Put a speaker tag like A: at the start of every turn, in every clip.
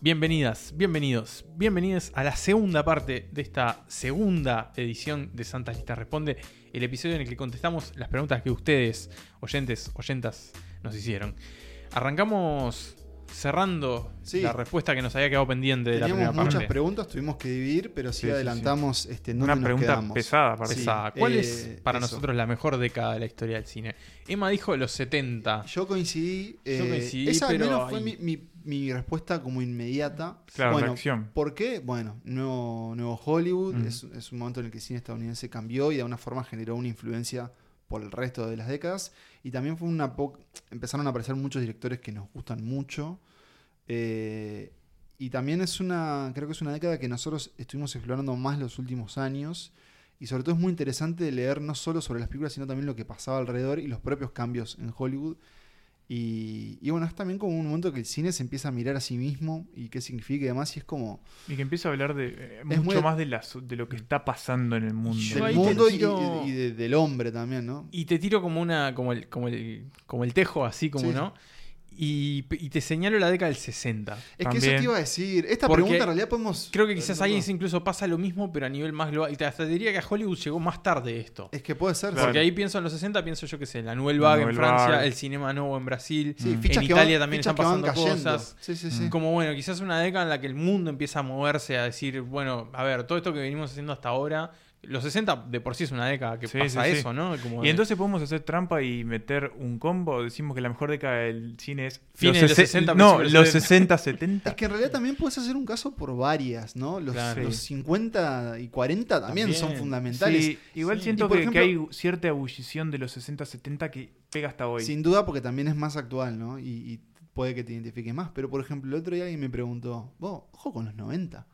A: Bienvenidas, bienvenidos, bienvenidos a la segunda parte de esta segunda edición de Santas Listas Responde, el episodio en el que contestamos las preguntas que ustedes, oyentes, oyentas, nos hicieron. Arrancamos cerrando
B: Sí.
A: la respuesta que nos había quedado pendiente de la
B: Teníamos
A: primera
B: muchas
A: parte.
B: preguntas, tuvimos que dividir, pero sí,
A: Sí, sí, sí.
B: adelantamos Este, en dónde
C: Una
B: nos
C: pregunta
B: quedamos.
C: pesada, parece.
B: Sí.
A: Pesada. ¿Cuál
B: eh,
A: es para
B: eso.
A: nosotros la mejor década de la historia del cine? Emma dijo los 70.
B: Yo coincidí. eh,
A: coincidí,
B: esa al
A: pero
B: menos fue
A: ahí-
B: mi, mi- mi respuesta como inmediata.
C: Claro,
B: bueno,
C: la acción.
B: ¿Por qué? Bueno, nuevo, nuevo Hollywood
A: Mm.
B: es, es un momento en el que el cine estadounidense cambió y de alguna forma generó una influencia por el resto de las décadas. Y también fue una po- empezaron a aparecer muchos directores que nos gustan mucho. Eh, y también es una, creo que es una década que nosotros estuvimos explorando más los últimos años. Y sobre todo es muy interesante leer no solo sobre las películas, sino también lo que pasaba alrededor y los propios cambios en Hollywood. Y, y bueno, es también como un momento que el cine se empieza a mirar a sí mismo y qué significa y demás. Y es como,
C: Y que empieza a hablar de eh,
B: Es
C: mucho
B: muy-
C: más de, las, de lo que está pasando en el mundo.
A: Yo
B: del
A: ahí
B: mundo
A: te
B: y,
A: tiro-
B: y- y de- del hombre también, ¿no?
A: Y te tiro como una. como el, como el, como el tejo, así como,
B: Sí.
A: ¿no? Y, y te señalo la década del 60.
B: Es que eso
C: También.
B: te iba a decir. Esta
A: Porque
B: pregunta en realidad podemos.
A: Creo que quizás
B: no,
A: ahí
B: no.
A: es incluso pasa lo mismo, pero a nivel más global. Y te- hasta diría que a Hollywood llegó más tarde esto.
B: Es que puede ser.
C: Claro.
A: Porque ahí pienso en los 60, pienso yo que sé, la Nouvelle Vague en
C: Nouvelle
A: Francia,
C: Vague.
A: el Cinema Novo en Brasil.
B: Sí,
C: Mm.
B: fichas
A: En
B: que van-
A: Italia también
B: fichas
A: están
B: que van
A: pasando
B: cayendo.
A: cosas. Mm.
B: Sí, sí, sí.
A: Como bueno, quizás una década en la que el mundo empieza a moverse, a decir, bueno, a ver, todo esto que venimos haciendo hasta ahora. Los 60 de por sí es una década que
C: Sí,
A: pasa
C: sí, sí.
A: eso, ¿no? Como
C: Y
A: de-
C: entonces podemos hacer trampa y meter un combo. Decimos que la mejor década del cine es.
A: Fines de los
C: sesen-
A: 60, principios
C: No,
A: de
C: los
A: los
C: 60,
B: Es
C: 70.
B: que en realidad también puedes hacer un caso por varias, ¿no? Los,
A: Claro.
B: los 50 y 40 también,
A: También.
B: son fundamentales.
C: Sí, igual
A: Sí.
C: siento
B: Y por
C: que, que
B: ejemplo-
C: hay cierta ebullición de los 60, 70 que pega hasta hoy.
B: Sin duda, porque también es más actual, ¿no? Y, y puede que te identifiques más. Pero, por ejemplo, el otro día alguien me preguntó, vos, ojo con los 90.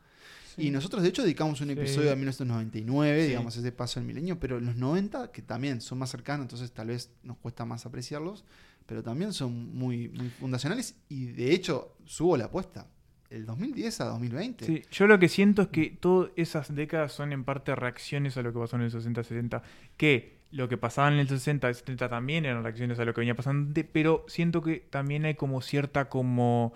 B: Y nosotros, de hecho, dedicamos un
C: Sí.
B: episodio a 1999,
C: Sí.
B: digamos, ese paso del milenio, pero los 90, que también son más cercanos, entonces tal vez nos cuesta más apreciarlos, pero también son muy, muy fundacionales. Y de hecho, subo la apuesta. El 2010 a 2020.
C: Sí, Yo lo que siento es que todas esas décadas son en parte reacciones a lo que pasó en el 60, 70. Que lo que pasaba en el 60, 70 también eran reacciones a lo que venía pasando antes, pero siento que también hay como cierta como...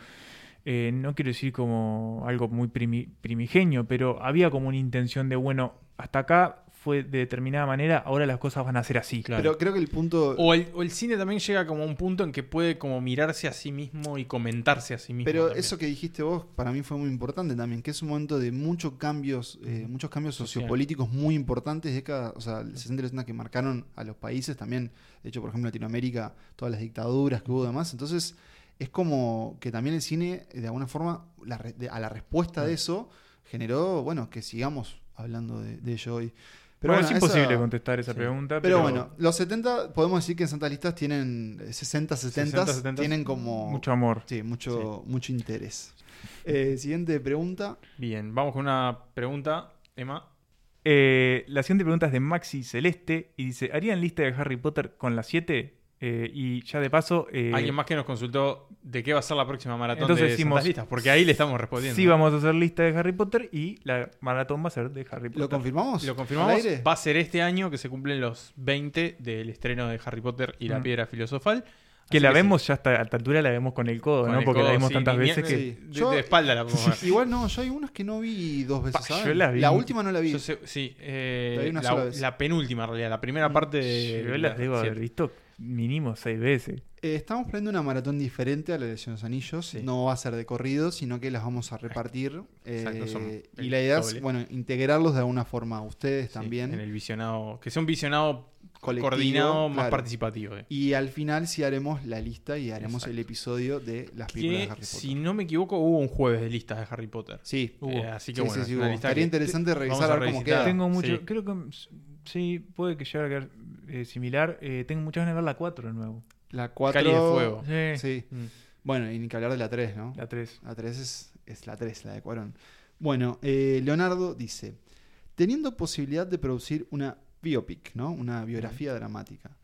C: eh, no quiero decir como algo muy primi- primigenio, pero había como una intención de, bueno, hasta acá fue de determinada manera, ahora las cosas van a ser así.
A: Claro.
B: Pero creo que el punto...
A: O el, o el cine también llega como a un punto en que puede como mirarse a sí mismo y comentarse a sí mismo.
B: Pero
A: también.
B: eso que dijiste vos para mí fue muy importante también, que es un momento de muchos cambios, eh, muchos cambios
A: Social.
B: sociopolíticos muy importantes, décadas, o sea, el 60 y los 70 que marcaron a los países también, de hecho, por ejemplo, Latinoamérica, todas las dictaduras que hubo y demás, entonces es como que también el cine, eh, de alguna forma, la re- de- a la respuesta de eso, generó, bueno, que sigamos hablando de, de ello hoy.
C: Pero
B: bueno,
C: es
B: esa-
C: imposible contestar esa
A: sí.
C: pregunta.
B: Pero bueno, los 70, podemos decir que en Santas Listas tienen eh, 60, 70,
C: 60, 70,
B: tienen como...
C: mucho amor.
B: Sí, mucho, mucho interés. Eh, siguiente pregunta.
A: Bien, vamos con una pregunta, Emma.
C: Eh, la siguiente pregunta es de Maxi Celeste y dice: ¿Harían lista de Harry Potter con las 7? Eh, y ya de paso. eh,
A: Alguien más que nos consultó de qué va a ser la próxima maratón
C: Entonces
A: de
C: decimos-
A: Santas listas, porque ahí le estamos respondiendo.
C: Sí, vamos a hacer lista de Harry Potter y la maratón va a ser de Harry
B: ¿Lo
C: Potter.
B: confirmamos?
A: Lo
B: ¿Al
A: confirmamos.
B: aire?
A: Va a ser este año que se cumplen los 20 del estreno de Harry Potter y la
C: Mm.
A: piedra filosofal.
C: que
A: Así
C: la
A: sí,
C: vemos ya hasta, a esta altura, la vemos con el codo,
A: con
C: ¿no?
A: el
C: Porque
A: codo,
C: la vimos
A: sí,
C: tantas
A: ni-
C: veces
A: ni-
C: que.
A: sí, de,
B: Yo-
A: de espalda la podemos ver.
B: Igual no, yo hay unas que no vi dos veces.
C: Pa,
B: ¿saben?
C: yo las vi.
B: última no la vi.
A: Yo sé- sí, eh,
B: La vi una
A: la,
B: sola vez.
A: la penúltima en realidad, la primera
B: Mm.
A: parte de.
C: Yo las debo haber
A: siete.
C: visto mínimo seis veces.
B: Eh, estamos poniendo una maratón diferente a la de los Anillos.
A: Sí.
B: No va a ser de corrido, sino que las vamos a repartir.
A: Exacto, son
B: Eh,
A: el
B: y la idea
A: doble.
B: es, bueno, integrarlos de alguna forma a ustedes
A: Sí,
B: también.
A: En el visionado. Que sea un visionado
B: colectivo,
A: coordinado, más
B: claro.
A: participativo. eh.
B: Y al final sí haremos la lista y haremos
A: Exacto.
B: el episodio de las películas de
A: Que,
B: Harry Potter.
A: si no me equivoco, hubo un jueves de listas de Harry Potter.
B: Sí,
C: Hubo.
A: Eh, así que
B: Sí,
A: bueno,
B: sí,
A: es
B: sí,
A: una
B: hubo.
A: lista
B: Estaría
A: que-
B: interesante revisar a
A: a
B: ver cómo
A: revisitar.
B: queda.
C: Tengo mucho.
A: sí.
C: Creo que. mm, s- Sí, puede que llegue a quedar eh, similar. Eh, tengo muchas ganas de ver la 4 de nuevo.
B: La 4.
A: Cali de Fuego.
C: Sí.
B: Sí.
A: Mm.
B: Bueno, y ni que hablar de la 3, ¿no?
C: La 3.
B: La 3 es, es la 3, la de Cuarón. Bueno, eh, Leonardo dice, teniendo posibilidad de producir una biopic, ¿no? Una biografía dramática,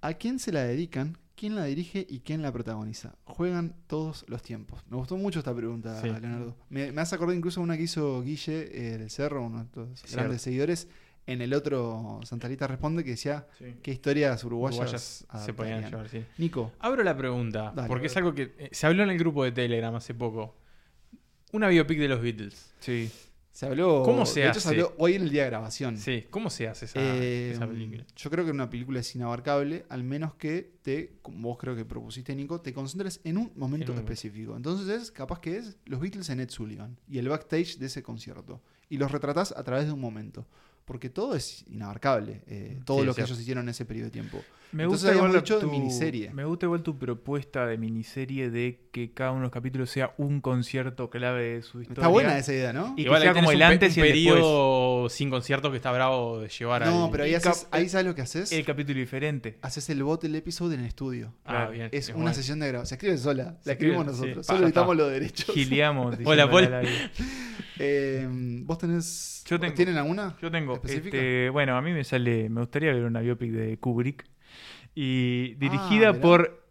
B: ¿a quién se la dedican? ¿Quién la dirige y quién la protagoniza? Juegan todos los tiempos. Me gustó mucho esta pregunta,
A: Sí.
B: Leonardo. Me, me hace acordar incluso una que hizo Guille eh, del Cerro, uno de estos
A: Cierto.
B: grandes seguidores, en el otro Santalita Responde, que decía,
C: Sí.
B: ¿qué historias uruguayas,
A: Uruguayas se podían llevar,
B: adaptarían?
A: sí.
B: Nico,
A: Abro la pregunta,
B: Dale.
A: porque es algo que eh, se habló en el grupo de Telegram hace poco. Una biopic de los Beatles.
C: Sí.
B: Se habló.
A: ¿Cómo se
B: de hecho,
A: hace?
B: habló hoy en el día de
C: Mm.
B: grabación.
A: Sí, ¿cómo se hace esa,
B: Eh,
A: esa película?
B: Yo creo que una película es inabarcable, al menos que te, como vos creo que propusiste, Nico, te concentres en un momento
A: En un momento.
B: específico. Entonces es capaz que es los Beatles en Ed Sullivan y el backstage de ese concierto. Y los retratás a través de un momento. Porque todo es inabarcable, eh, todo
A: Mm, Sí,
B: lo
A: es
B: que
A: cierto.
B: ellos hicieron en ese periodo de tiempo.
C: Me
B: Entonces
C: gusta
B: habíamos
C: igual
B: dicho de
C: tu,
B: miniserie.
C: Me gusta igual tu propuesta de miniserie de que cada uno de los capítulos sea un concierto clave de su historia.
B: Está buena esa idea, ¿no?
C: Y que
A: Igual
C: sea
A: ahí tenés
C: como el
A: un pe-
C: antes
A: un
C: y el después.
A: periodo sin conciertos que está bravo de llevar
B: No,
A: al-
B: pero ahí,
C: Y
B: haces,
C: cap-
B: ahí sabes lo que haces.
C: El capítulo diferente.
B: Haces el bot del episodio en el estudio.
A: Ah,
C: Claro.
A: bien. es
B: Es una
A: bueno.
B: sesión de grabación. Se escribe sola,
A: Se
B: la escribimos
A: escribe, sí.
B: nosotros.
A: Pa,
B: Solo
A: ya
B: editamos los derechos.
C: Gileamos.
A: Hola,
C: diciéndole
A: Paul.
C: al aire.
B: Eh, ¿Vos tenés.
C: Yo tengo.
B: ¿Tienen alguna?
C: Yo tengo.
B: ¿Específica?
C: este, bueno, a mí me sale. Me gustaría ver una biopic de Kubrick. Y dirigida
B: Ah, mirá.
C: por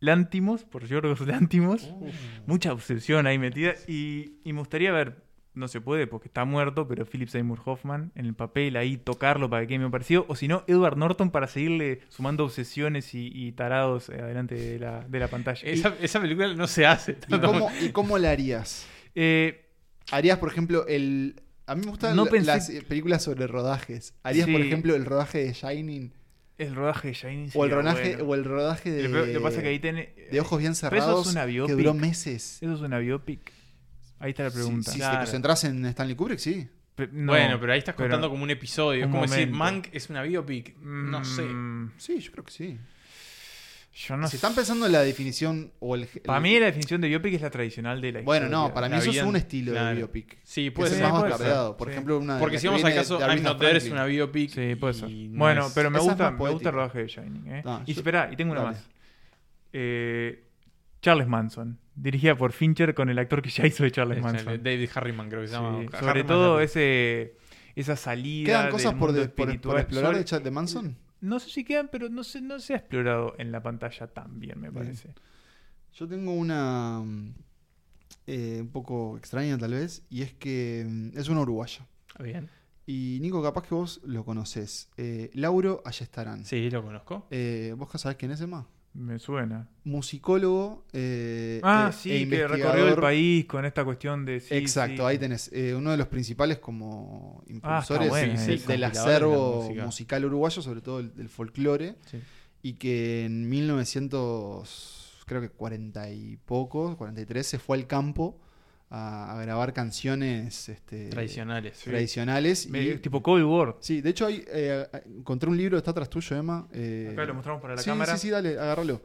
C: Lántimos, por Yorgos Lántimos.
B: Oh.
C: Mucha obsesión ahí metida. Y, y me gustaría ver, no se puede porque está muerto, pero Philip Seymour Hoffman en el papel ahí, tocarlo para que quede medio parecido. O si no, Edward Norton para seguirle sumando obsesiones y, y tarados eh, adelante de la, de la pantalla.
A: Esa, esa película no se hace.
B: ¿Y cómo, ¿Y cómo la harías?
C: Eh,
B: ¿Harías, por ejemplo, el. A mí me gustan
C: No
B: la-
C: pensé
B: las eh, películas sobre rodajes. ¿Harías, por
C: Sí.
B: ejemplo, el rodaje de Shining?
C: el rodaje de Shining.
B: O el,
C: sería
B: rodaje,
C: bueno.
B: o el rodaje de.
C: Lo que pasa es que ahí tiene.
B: De ojos bien
C: Pero eso
B: cerrados.
C: es
B: que
C: una biopic.
B: duró meses.
C: Eso es una biopic. Ahí está la
B: Si-
C: pregunta.
B: Si,
A: Claro.
B: te concentras en Stanley Kubrick, sí.
C: Pe- no,
A: bueno, pero ahí estás
C: pero-
A: contando como un episodio. es
C: un
A: como decir,
C: momento.
A: Mank es una biopic. No sé.
C: mm,
B: Sí, yo creo que sí.
C: Yo no
B: si están pensando en la definición o el.
C: Para mí la definición de biopic es la tradicional de la
B: Bueno,
C: historia.
B: no, para mí
A: la
B: eso es
A: vida-
B: un estilo de
A: claro.
B: biopic.
A: Sí,
B: Puede
A: puede
B: ser
C: Sí,
A: ser.
B: más
C: puede ser,
B: bastardeado. Por
C: sí.
B: ejemplo, una de
A: Porque
B: la
A: si
B: que
A: vamos
B: viene
A: al caso,
B: de
A: I'm
B: Aretha
A: Not There es
B: Franklin.
A: una biopic.
C: Sí, puede ser.
A: y no
C: Bueno,
A: es-
C: pero me
B: Esa es
C: gusta,
B: más
C: me gusta
B: poética.
C: el rodaje de Shining. ¿eh?
B: Ah,
C: y
B: yo-
C: esperá, y tengo una
B: dale.
C: más. Eh, Charles Manson, dirigida por Fincher con el actor que ya hizo de Charles
A: es-
C: Manson.
A: David Harriman creo que se
C: Sí,
A: llama.
C: Sobre
A: Harriman
C: todo
A: es
C: ese, esa salida.
B: ¿Quedan
C: del
B: cosas por,
C: mundo
B: de- por- por
C: espiritual.
B: explorar
C: Sobre-
B: de Chad de Manson?
C: No sé si quedan, pero no se, no se ha explorado en la pantalla tan bien, me
B: Bien.
C: parece.
B: Yo tengo una mm, eh, un poco extraña tal vez, y es que mm, es una uruguaya.
A: la- Bien.
B: Y Nico, capaz que vos lo conoces. Eh, Lauro Ayestarán.
A: Sí, lo conozco.
B: Eh, ¿Vos sabés quién es ese más?
C: Me suena.
B: Musicólogo. eh,
C: Ah,
B: e- e
C: sí, que recorrió el
B: investigador.
C: país con esta cuestión de. sí,
B: Exacto,
C: sí. Ah,
B: ahí tenés. eh, uno de los principales como impulsores
C: bueno,
B: del-
A: sí, sí,
B: del
A: compiladores de la
B: acervo
A: música.
B: musical uruguayo, sobre todo el- del folclore.
A: Sí.
B: y que en 1900, creo que 40 y poco, 43, se fue al campo a, a grabar canciones este,
A: Tradicionales.
B: tradicionales.
C: Me-
B: y-
C: tipo Cold War.
B: sí, de hecho, hay, eh, encontré un libro, está atrás tuyo, Emma. eh,
C: Acá lo mostramos para la
B: sí,
C: cámara.
B: sí, sí, dale, agárralo.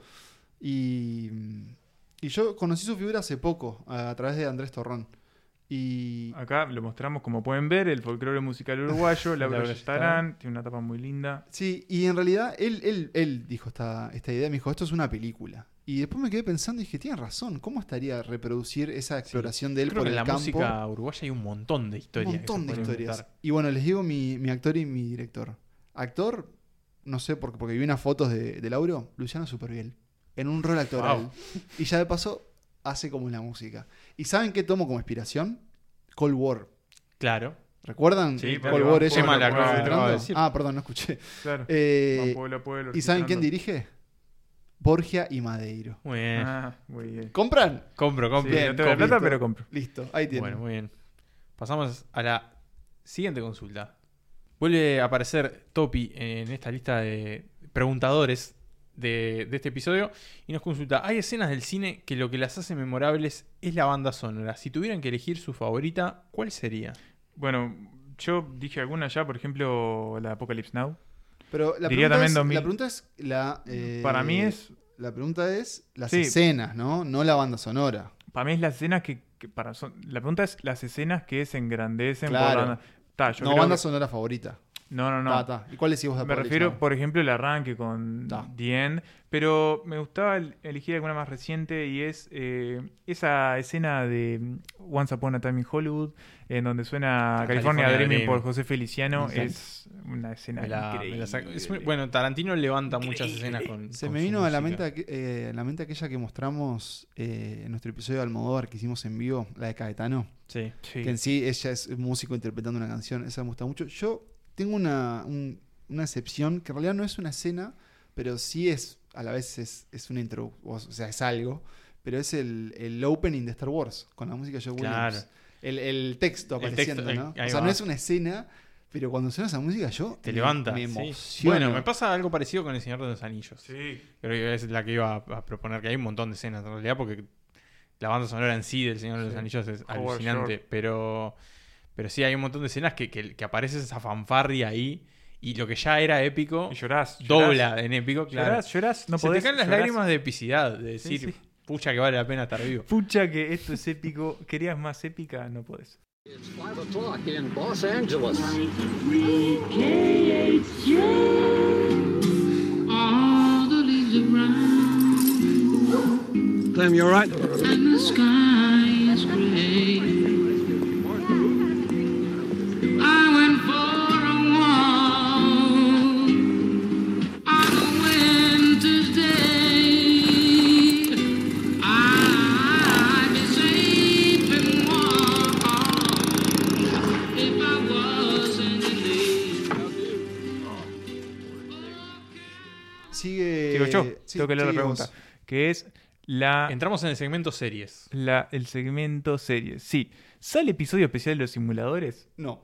B: Y, y yo conocí su figura hace poco, a, a través de Andrés Torrón. Y
A: Ah.
C: Acá lo mostramos, como pueden ver, el folclore musical uruguayo, la
A: Laura
C: Estarán, tiene una tapa muy linda.
B: Sí, y en realidad él, él, él dijo esta, esta idea, me dijo, esto es una película. Y después me quedé pensando y dije, tiene razón, ¿cómo estaría reproducir esa exploración de él
A: Creo
B: por
A: que
B: el
A: en la
B: campo?
A: música uruguaya hay un montón de
B: un
A: historias. que
B: montón
A: se
B: de
A: pueden
B: historias.
A: contar.
B: Y bueno, les digo mi, mi actor y mi director. Actor, no sé, porque, porque vi unas fotos de, de Lauro, Luciano Superviel, en un rol actoral.
A: Wow.
B: Y ya de paso hace como la música. ¿Y saben qué tomo como inspiración? Cold War.
A: Claro.
B: ¿Recuerdan?
A: Sí,
B: Cold
A: claro.
B: War,
A: Yema
B: ellos
A: la
B: fueron
A: acaba de-
B: entrando?
A: acaba de decir.
B: Ah, perdón, no escuché.
C: Claro.
B: Eh,
C: Van pueblo a pueblo,
B: ¿Y saben quién
C: orquestando.
B: dirige? Borgia y Madeiro.
A: Muy bien.
C: Ah, muy bien.
B: ¿Compran?
A: Compro, compro.
C: Sí,
B: bien,
C: no tengo la plata,
B: listo.
C: pero compro.
B: Listo, ahí tienen.
A: Bueno, muy bien. Pasamos a la siguiente consulta. Vuelve a aparecer Topi en esta lista de preguntadores de, de este episodio y nos consulta, hay escenas del cine que lo que las hace memorables es la banda sonora. Si tuvieran que elegir su favorita, ¿cuál sería?
C: Bueno, yo dije alguna ya, por ejemplo, la de Apocalypse Now.
B: Pero la pregunta,
C: Diría
B: es,
C: también 2000.
B: la pregunta es la, eh,
C: para mí es
B: La pregunta es las
C: Sí.
B: escenas, ¿no? No la banda sonora.
C: para mí es las escenas que, que para son- la pregunta es las escenas que se engrandecen por
B: Claro.
C: la banda. Ta, yo
B: no
C: creo
B: banda
C: que-
B: sonora favorita.
C: no, no, no.
B: Ta, ta. ¿Y cuál decís vos de
C: Me
B: Apocalypse
C: refiero,
B: Now?
C: por ejemplo, el arranque con
A: Ah.
B: Ta.
C: The End, pero me gustaba el- elegir alguna más reciente y es eh, esa escena de mm, Once Upon a Time in Hollywood, en donde
A: Ah,
C: suena California,
A: California
C: Dreaming,
A: Dreaming.
C: por José Feliciano,
B: Exacto.
C: es una escena
A: Me la- me
C: increíble.
A: la saco. Es muy- bueno, Tarantino levanta muchas escenas con...
B: Se
A: con
B: me
A: su
B: vino a la, mente,
A: música.
B: aqu- eh, a la mente aquella que mostramos eh, en nuestro episodio de Almodóvar que hicimos en vivo, la de Caetano.
A: Sí.
C: Sí.
B: que en sí ella es músico interpretando una canción, esa me gusta mucho. Yo tengo una, un- una excepción que en realidad no es una escena, pero sí es, a la vez es, es una intro, o sea, es algo, pero es el, el opening de Star Wars, con la música de John Williams.
A: Claro.
B: El, el texto
A: El texto,
B: apareciendo, ¿no?
A: el- ahí
B: o sea,
A: va.
B: no es una escena, pero cuando suena esa música yo
A: Te
B: me-
A: levanta.
B: me
A: sí.
B: emociono.
A: Bueno, me pasa algo parecido con El Señor de los Anillos. Creo que es la que iba a, a proponer, que hay un montón de escenas en realidad, porque la banda sonora en sí del Señor de los
C: Sí.
A: Anillos es
C: Howard
A: alucinante,
C: Shore.
A: pero, pero sí hay un montón de escenas que, que, que aparece esa fanfarria ahí y lo que ya era épico
C: Y llorás. llorás.
A: dobla en épico, claro.
C: Llorás, llorás. No
A: Se
C: podés.
A: te caen las
C: llorás.
A: lágrimas de epicidad, de
C: Sí,
A: decir,
C: sí.
A: pucha que vale la pena estar vivo.
C: Pucha, que esto es épico. ¿Querías más épica? No podés.
D: It's five o'clock in Los Angeles.
E: All the leaves are brown
D: Clem, you all right?
E: and the sky is gray. I went for a walk on a winter's day. I'd be safe and warm if I wasn't in love.
A: Eh,
B: Sigue.
C: Sigo yo.
B: sí,
C: Tengo que leer la
B: sigue vos.
C: pregunta. Que es la,
A: Entramos en el segmento series.
C: la- el segmento series. Sí. ¿Sale episodio especial de los simuladores?
B: No.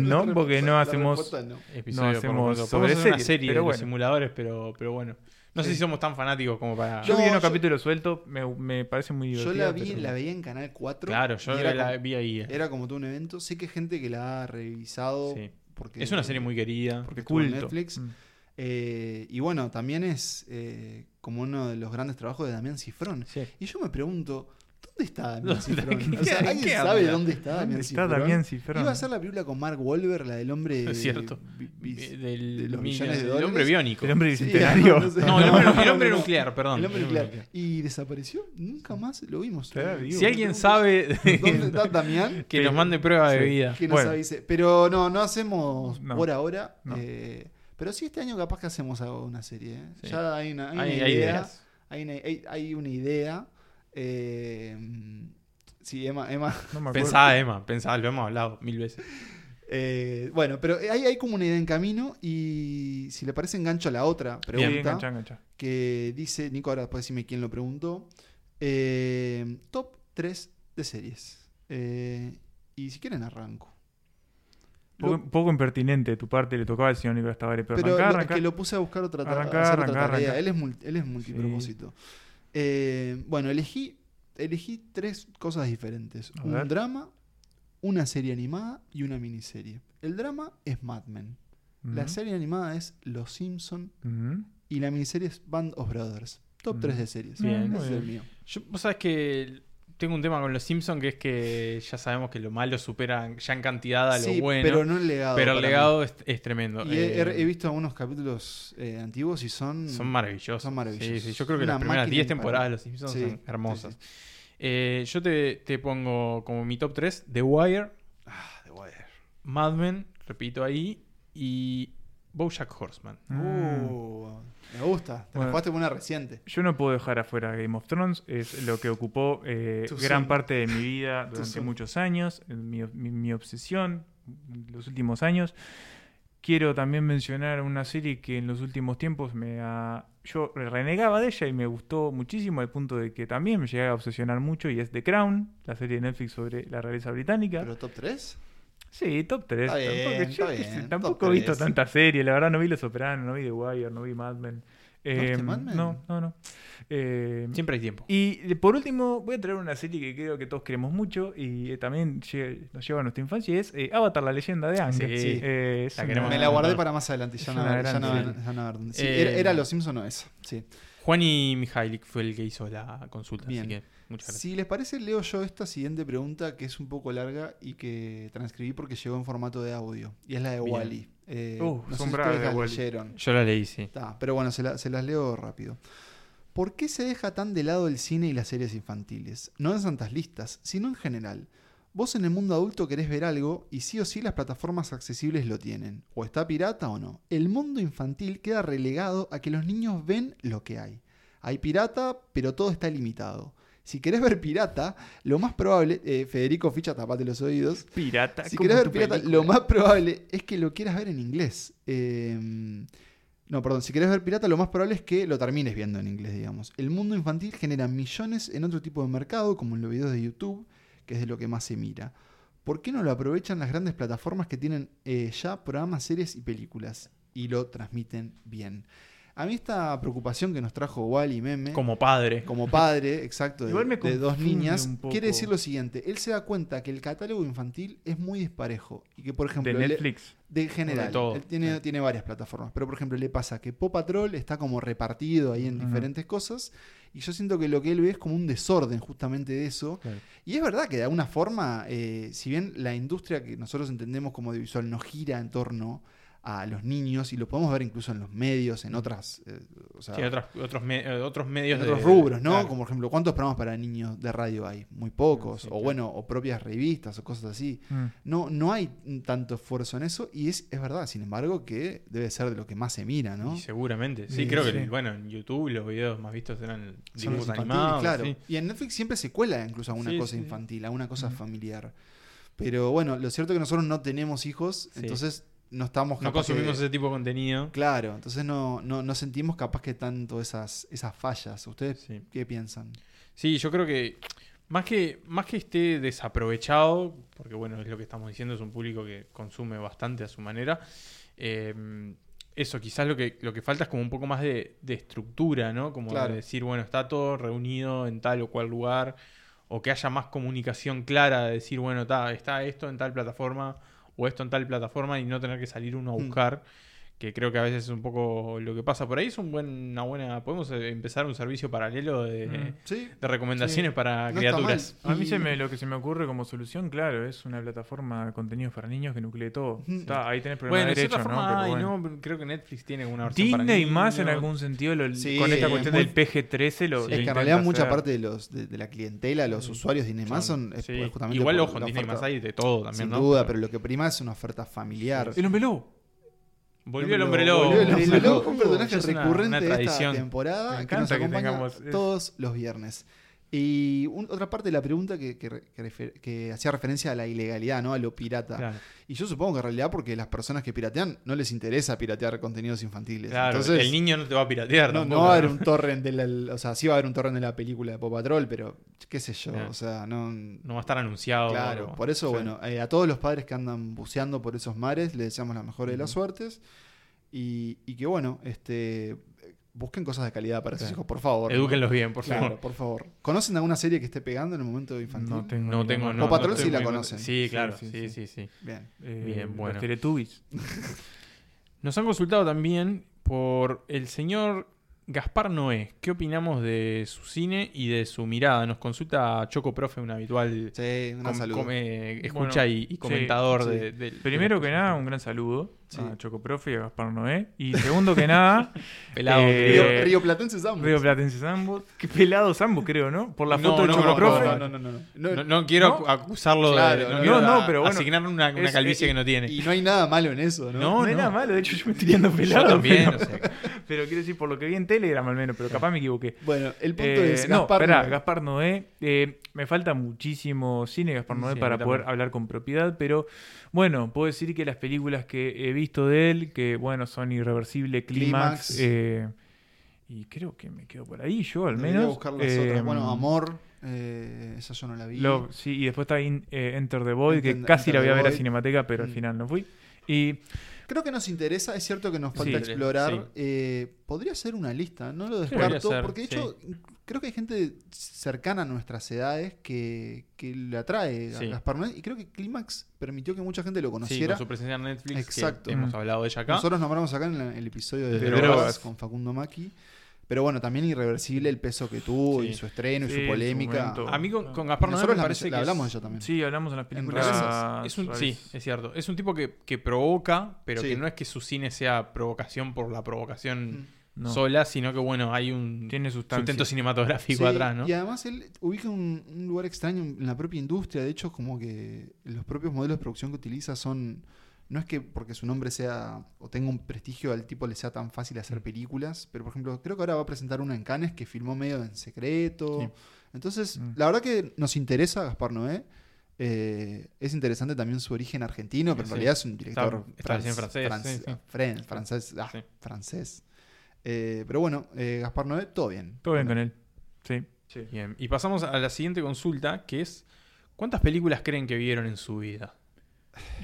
C: No,
B: La
C: porque
B: respuesta-
C: no
B: la
C: hacemos.
B: respuesta no.
A: Episodio
C: No,
A: por
C: hacemos
A: momento. Podemos
C: sobre
A: hacer una
C: series,
A: serie
C: pero
A: de los
C: bueno.
A: simuladores, pero, pero bueno. No sé si somos tan fanáticos como para.
C: Yo
B: No,
C: vi unos
B: yo-
C: capítulos sueltos, me, me parece muy
B: Yo
C: divertido.
B: la vi,
C: pero-
B: la veía en Canal 4.
A: claro, yo
B: y era,
A: la
B: como,
A: vi ahí. eh.
B: era como todo un evento. Sé que hay gente que la ha revisado.
A: Sí.
B: Porque,
A: Es una serie muy querida.
B: porque
C: de
B: estuvo en
C: culto.
B: Netflix.
C: Mm.
B: Eh, y bueno, también es eh, como uno de los grandes trabajos de Damián Cifrón.
A: Sí.
B: Y yo me pregunto, ¿dónde está Damián
A: ¿Dónde-
B: Cifrón?
A: qué-
B: O sea,
A: qué
B: ¿alguien
A: habla?
B: sabe dónde está Damián
C: ¿Dónde está
B: Cifrón?
C: Damián Cifrón?
B: Iba a hacer la película con Mark Wahlberg, la del hombre.
A: Es cierto.
B: bi- bi-
A: Eh, Del,
B: de los
A: mi-
B: millones de
A: del
B: dólares.
A: hombre biónico.
C: El hombre
B: Sí,
C: bicentenario.
B: no sé.
A: No, el hombre, el hombre
B: No, no, no.
A: nuclear, perdón.
B: El hombre nuclear. Y desapareció, nunca más lo vimos.
C: Está vivo.
A: Si alguien sabe
B: ¿Dónde está Damián?
A: que nos mande prueba de
C: Sí.
A: vida.
B: Que nos
C: Bueno.
B: avise. Pero no, no hacemos
C: No.
B: por ahora.
C: No.
B: eh, pero sí, este año capaz que hacemos algo, una serie. ¿eh?
A: Sí.
B: Ya hay una, hay
A: Hay-
B: una
A: hay
B: idea.
A: ideas.
B: Hay una, hay- hay una idea. eh, sí, Emma. Emma
C: No me acuerdo.
A: Pensá, Emma, pensá, lo hemos hablado mil veces.
B: eh, bueno, pero hay, hay como una idea en camino. Y si le parece, engancho a la otra
C: Bien,
B: pregunta.
C: enganchá, enganchá.
B: que dice, Nico, ahora puedes decirme quién lo preguntó. Eh, top 3 de series. Eh, y si quieren, arranco. Lo-
C: Poco, poco impertinente de tu parte, le tocaba al señor Nicolás Tavares, pero,
B: pero
C: arrancá,
B: lo-
C: arrancá.
B: que lo puse a buscar otra, ta- a
C: Arrancá,
B: hacer otra
C: arrancá,
B: tarea.
C: arrancá.
B: Él es, mul- él es multipropósito. Eh, bueno, elegí, elegí tres cosas diferentes:
C: A
B: un
C: ver.
B: drama, una serie animada y una miniserie. El drama es Mad Men, la
C: Ujú.
B: serie animada es Los Simpson
C: Ujú.
B: y la miniserie es Band of Brothers. Top
C: Mm.
B: 3 de series.
A: Bien,
B: Ese
C: muy
B: es el
C: bien.
B: mío.
A: Yo, Vos sabés que tengo un tema con los Simpsons que es que ya sabemos que lo malo supera ya en cantidad a Ah, lo
B: Sí,
A: bueno.
B: Pero no el legado.
A: pero el
B: para
A: legado es, es tremendo.
B: mí. Y he,
A: Eh,
B: he- he visto algunos capítulos eh, antiguos y son.
A: Son maravillosos.
B: Son maravillosos.
A: Sí, sí, Yo creo que
B: Una
A: las primeras
B: máquina
A: 10
B: impar-
A: temporadas de Los Simpsons
B: Sí,
A: son
B: sí,
A: hermosas.
B: sí.
A: Eh, yo te, te pongo como mi top 3 The Wire,
B: Ah, The Wire.
A: Mad Men, repito ahí, y Bojack Horseman.
C: Mm.
B: Uh, me gusta. Te la
C: Bueno.
B: jugaste con una reciente.
C: Yo no puedo dejar afuera Game of Thrones, es lo que ocupó eh,
B: Tu
C: gran
B: sueño.
C: parte de mi vida durante
B: sueño.
C: muchos años, eh, mi, mi- mi obsesión, los últimos años. Quiero también mencionar una serie que en los últimos tiempos me ha... Yo renegaba de ella y me gustó muchísimo al punto de que también me llegué a obsesionar mucho y es The Crown, la serie de Netflix sobre la realeza británica.
B: ¿Pero top 3?
C: Sí, top 3.
B: Está
C: tampoco
B: bien,
C: yo
B: está
C: qué sé,
B: bien, top
C: tampoco he visto
B: 3.
C: tanta serie. La verdad, no vi Los Sopranos, no vi The Wire, no vi Mad Men. Eh,
B: viste Mad Men?
C: No, no, no. Eh,
A: Siempre hay tiempo.
C: y eh, por último, voy a traer una serie que creo que todos queremos mucho y eh, también lle- nos lleva a nuestra infancia y es eh, Avatar, la leyenda de Ang.
A: Sí,
C: Eh, es
A: la queremos
B: Me
C: una-
B: la guardé
A: no.
B: para más adelante.
C: Es
B: Ya no,
C: una
B: ya
C: gran
B: no-
C: serie.
B: ya no a ver dónde. Sí,
A: Eh,
B: era, era Los Simpson o esa. Sí.
A: Juan y Mihailik fue el que hizo la consulta,
B: Bien.
A: así que muchas gracias.
B: Si les parece, leo yo esta siguiente pregunta que es un poco larga y que transcribí porque llegó en formato de audio. Y es la de
A: Bien.
B: Wally. Eh,
C: Uh,
B: no sé
C: son
B: si
C: bravas
B: ustedes
C: de
B: la
C: Wall-E.
B: leyeron.
A: Yo la leí, sí.
B: Está, pero bueno, se, la- se las leo rápido. ¿Por qué se deja tan de lado el cine y las series infantiles? No en santas listas, sino en general. Vos en el mundo adulto querés ver algo y sí o sí las plataformas accesibles lo tienen. O está pirata o no. El mundo infantil queda relegado a que los niños ven lo que hay. Hay pirata, pero todo está limitado. Si querés ver pirata, lo más probable... eh, Federico Ficha, tapate los oídos.
C: Pirata.
B: Si
C: como
B: querés ver
C: tu
B: pirata,
C: película.
B: lo más probable es que lo quieras ver en inglés. Eh, No, perdón, si querés ver pirata, lo más probable es que lo termines viendo en inglés, digamos. El mundo infantil genera millones en otro tipo de mercado, como en los videos de YouTube, que es de lo que más se mira. ¿Por qué no lo aprovechan las grandes plataformas que tienen eh, ya programas, series y películas? Y lo transmiten bien. A mí esta preocupación que nos trajo Wally Meme
A: Como padre.
B: como padre, exacto, de,
C: Igual me
B: de dos
C: confunde
B: niñas,
C: un poco.
B: quiere decir lo siguiente. Él se da cuenta que el catálogo infantil es muy disparejo y que, por ejemplo,
C: de
B: le-
C: Netflix.
B: de general,
A: De todo.
B: él tiene,
A: Sí.
B: tiene varias plataformas, pero por ejemplo le pasa que Pop Patrol está como repartido ahí en
C: Ajá.
B: diferentes cosas y yo siento que lo que él ve es como un desorden justamente de eso.
A: Claro.
B: Y es verdad que de alguna forma, eh, si bien la industria que nosotros entendemos como audiovisual no gira en torno a los niños y lo podemos ver incluso en los medios, en otras... eh, o sea,
A: Sí, otros, otros, me- eh, otros medios.
B: en
A: de-
B: otros rubros, ¿no?
A: claro.
B: Como por ejemplo, ¿cuántos programas para niños de radio hay? Muy pocos.
A: Sí,
B: o
A: claro.
B: bueno, o propias revistas o cosas así.
C: Mm.
B: No, no hay tanto esfuerzo en eso y es, es verdad, sin embargo, que debe ser de lo que más se mira, ¿no?
A: Y seguramente. Sí,
C: Sí,
A: creo que
C: sí.
A: bueno, en YouTube los videos más vistos eran
B: Son los
A: dibujos
B: infantiles,
A: animados.
B: claro.
A: sí.
B: Y en Netflix siempre se cuela incluso a una
A: Sí,
B: cosa
A: sí.
B: infantil, a una cosa
C: Ujú.
B: familiar. Pero bueno, lo cierto es que nosotros no tenemos hijos,
A: Sí.
B: entonces no estamos
A: No
B: capaz que-
A: consumimos ese tipo de contenido.
B: Claro, entonces no, no, no sentimos capaz que tanto esas, esas fallas. ¿Ustedes
A: Sí.
B: qué piensan?
A: Sí, yo creo que más que más que esté desaprovechado, porque bueno, es lo que estamos diciendo, es un público que consume bastante a su manera. eh, eso, quizás lo que, lo que falta es como un poco más de, de estructura, ¿no? Como
B: Claro.
A: de decir, bueno, está todo reunido en tal o cual lugar, o que haya más comunicación clara de decir, bueno, está, está esto en tal plataforma o esto en tal plataforma y no tener que salir uno a
B: Mm.
A: buscar, que creo que a veces es un poco lo que pasa por ahí. Es un buen, una buena. Podemos eh, empezar un servicio paralelo de,
C: Mm.
B: Sí,
A: de recomendaciones
B: Sí.
A: para
B: No está
A: criaturas.
B: mal.
C: A mí
B: Y-
C: se me, lo que se me ocurre como solución, claro, es una plataforma de contenidos para niños que nuclee todo.
B: Ujú.
C: Está, ahí tenés
A: Bueno,
C: problemas
A: de
C: de derechos,
A: cierta forma,
C: ¿no? Pero
A: ay,
C: bueno.
A: no, creo que Netflix tiene una versión para
C: Disney más en
A: niños.
C: algún sentido lo-
B: Sí,
C: con esta
B: es
C: cuestión
B: muy-
C: del PG-13 lo,
A: Sí, Mm.
B: es
C: lo
B: que en
C: intenta
B: realidad mucha
C: hacer.
B: parte de, los, de, de la clientela, los usuarios de Disney Más son es pues,
A: Sí.
B: justamente
A: Igual,
B: por
A: ojo, en
B: la
A: Disney
B: oferta-
A: más hay de todo también,
B: Sin
A: ¿no?
B: duda, pero lo que prima es una oferta familiar.
C: El hombre lobo.
A: Volvió el hombre lobo.
B: Volvió el hombre
A: Volvió el
B: lobo,
A: hombre
B: un personaje
A: Ya es una-
B: recurrente
A: una
B: de esta
A: tradición.
B: temporada
C: Me
B: que nos
C: encanta que
B: acompaña
C: tengamos eso.
B: todos los viernes. Y un- otra parte de la pregunta que, que re- que refer- que hacía referencia a la ilegalidad, ¿no? A lo pirata.
A: Claro,
B: Y yo supongo que en realidad porque las personas que piratean no les interesa piratear contenidos infantiles.
A: Claro,
B: Entonces,
A: el niño no te va a piratear.
B: no,
A: tampoco,
B: no va a haber un torrent de la, o sea, sí va a haber un torrent de la película de Paw Patrol, pero qué sé yo,
A: Claro.
B: o sea, no
A: No va a estar anunciado.
B: Claro,
A: algo.
B: por eso,
A: Oh, Sí.
B: bueno, eh, a todos los padres que andan buceando por esos mares, les deseamos la mejor de las suertes. Y, y que, bueno, este eh, busquen cosas de calidad para sus
A: Claro.
B: hijos, por favor. ¿no?
A: Edúquenlos bien, por
B: Claro,
A: favor.
B: por favor. ¿Conocen alguna serie que esté pegando en el momento infantil?
C: No tengo.
A: No
C: ni
A: tengo.
C: idea.
A: No,
B: Paw Patrol
A: no
B: sí
A: estoy
B: la
A: muy-
B: conocen.
A: Sí,
C: Sí,
A: claro,
C: sí,
A: sí, sí,
C: sí.
A: sí.
B: Bien.
C: Eh,
A: Bien,
C: los
A: bueno.
C: Teletubbies.
A: Nos han consultado también por el señor Gaspar Noé. ¿Qué opinamos de su cine y de su mirada? Nos consulta Choco Profe, un habitual
B: Sí, un
A: com-
B: saludo.
A: com- eh, escucha
C: Bueno,
A: y, y
C: sí,
A: comentador
B: sí.
A: de, del-
C: Primero
A: de
C: que
A: las
C: nada,
A: cosas.
C: un gran saludo
B: Sí.
C: a Chocoprofe y a Gaspar Noé. Y segundo que nada,
A: pelado.
C: eh,
A: querido.
B: Río, Río Platense Samba.
C: Río Platense Sambo. Qué pelado Sambo, creo, ¿no? Por la
A: No,
C: foto de
A: no,
B: no,
C: Chocoprofe.
B: no, no, no, no, no. No,
A: No, no quiero
C: ¿no?
A: acu- acusarlo
B: Claro,
A: de.
B: no,
A: quiero
C: no,
A: a-
C: pero bueno,
A: Asignarle una, una
C: es- eh,
A: calvicie
C: y-
A: que no tiene.
B: Y no hay nada malo en eso,
A: No,
B: ¿no?
C: No,
A: no.
C: era malo, de hecho yo me estoy tirando
A: Yo
C: pelado.
A: también,
C: pero,
A: o sea,
C: pero quiero decir, por lo que vi en Telegram al menos, pero capaz me equivoqué.
B: Bueno, el punto
C: Eh,
B: es.
C: no,
B: Gaspar
C: esperá,
B: Noé.
C: Gaspar Noé. eh, me falta muchísimo cine de Gaspar Noé
A: Sí,
C: para
A: a mí
C: poder
A: también.
C: hablar con propiedad, pero bueno, puedo decir que las películas que he visto de él, que bueno, son Irreversible, Clímax,
B: Clímax.
C: eh, y creo que me quedo por ahí yo al
B: Debería
C: menos.
B: buscar las
C: Eh,
B: otras. Bueno, Amor, eh, esa yo no la vi.
C: lo- sí, y después está In- eh, Enter the Void, que
B: Enter-
C: casi
B: Enter
C: la voy
B: the
C: a ver a
B: Void.
C: Cinemateca, pero al
B: Mm.
C: final no fui. Y
B: Creo que nos interesa, es cierto que nos falta
C: Sí,
B: explorar.
A: sí.
B: eh, podría ser una lista, no lo
A: podría
B: descarto,
A: ser,
B: porque de hecho creo que hay gente cercana a nuestras edades que, que le atrae
A: Sí.
B: a Gaspar Noé, y creo que Clímax permitió que mucha gente lo
A: sí,
B: conociera.
A: con su presencia en Netflix. Exacto.
B: Exacto.
A: hemos
C: Mm.
A: hablado de ella acá.
B: Nosotros nombramos acá en la- el episodio de,
C: De
B: drogas,
C: drogas.
B: con Facundo Maki, pero bueno, también irreversible el peso que tuvo
A: Sí.
B: y su estreno
C: Sí,
B: y
C: en
B: su
C: su
B: polémica.
C: momento.
A: a mí con, con
B: Y
A: Gaspar Noé
B: Nosotros
A: me
B: la,
A: parece
B: la
A: que.
B: hablamos de
A: es,
B: ella también.
C: sí, hablamos en las películas.
B: revistas.
A: es un, sí,
C: raras.
A: es cierto. Es un tipo que, que provoca, pero
B: Sí. Mm.
A: que no es que su cine sea provocación por la provocación
C: No,
A: sola, sino que bueno, hay un
C: Tiene sustancia.
A: sustento cinematográfico
B: Sí,
A: atrás, ¿no?
B: Y además él ubica un, un lugar extraño en la propia industria. De hecho, como que los propios modelos de producción que utiliza son. No es que porque su nombre sea o tenga un prestigio al tipo le sea tan fácil
A: Mm.
B: hacer películas, pero por ejemplo, creo que ahora va a presentar una en Cannes que filmó medio en secreto.
A: Sí.
B: Entonces,
C: Mm.
B: la verdad que nos interesa Gaspar Noé. Eh, es interesante también su origen argentino, pero en
A: Sí.
B: realidad es un director
A: está
B: franc-
A: en francés,
B: franc-
A: sí, sí.
B: fren- francés. ah,
A: Sí.
B: francés. Eh, pero bueno, eh, Gaspar Noé, todo bien.
C: Todo bien con él. Sí.
A: Bien, y pasamos a la siguiente consulta, que es, ¿cuántas películas creen que vieron en su vida?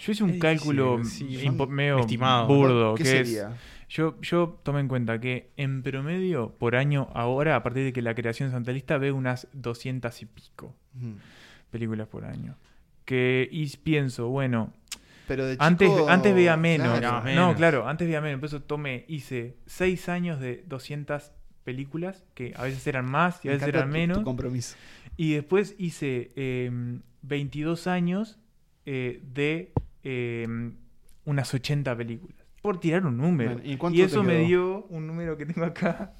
C: Yo hice un
A: Es
C: cálculo
A: difícil, sí,
C: impo-
A: son
C: medio
A: estimados, ¿no?
C: burdo.
B: ¿Qué
C: que es-
B: sería?
C: yo, yo tomé en cuenta que en promedio, por año, ahora, a partir de que la creación santalista ve unas 200 y pico
B: Ujú.
C: películas por año. Que, y pienso, bueno,
B: Pero de
C: Antes,
B: chico,
C: antes veía menos.
B: claro.
A: No, menos.
C: No, claro, antes veía menos. Por eso tomé, hice seis años de 200 películas, que a veces eran más y
B: Me
C: a veces
B: encanta
C: eran
B: tu-
C: menos.
B: Tu compromiso.
C: y después hice eh, 22 años eh, de eh, unas 80 películas. Por tirar un número.
B: Bueno, ¿y cuánto
C: y
B: te
C: eso me
B: quedó?
C: dio un número que tengo acá.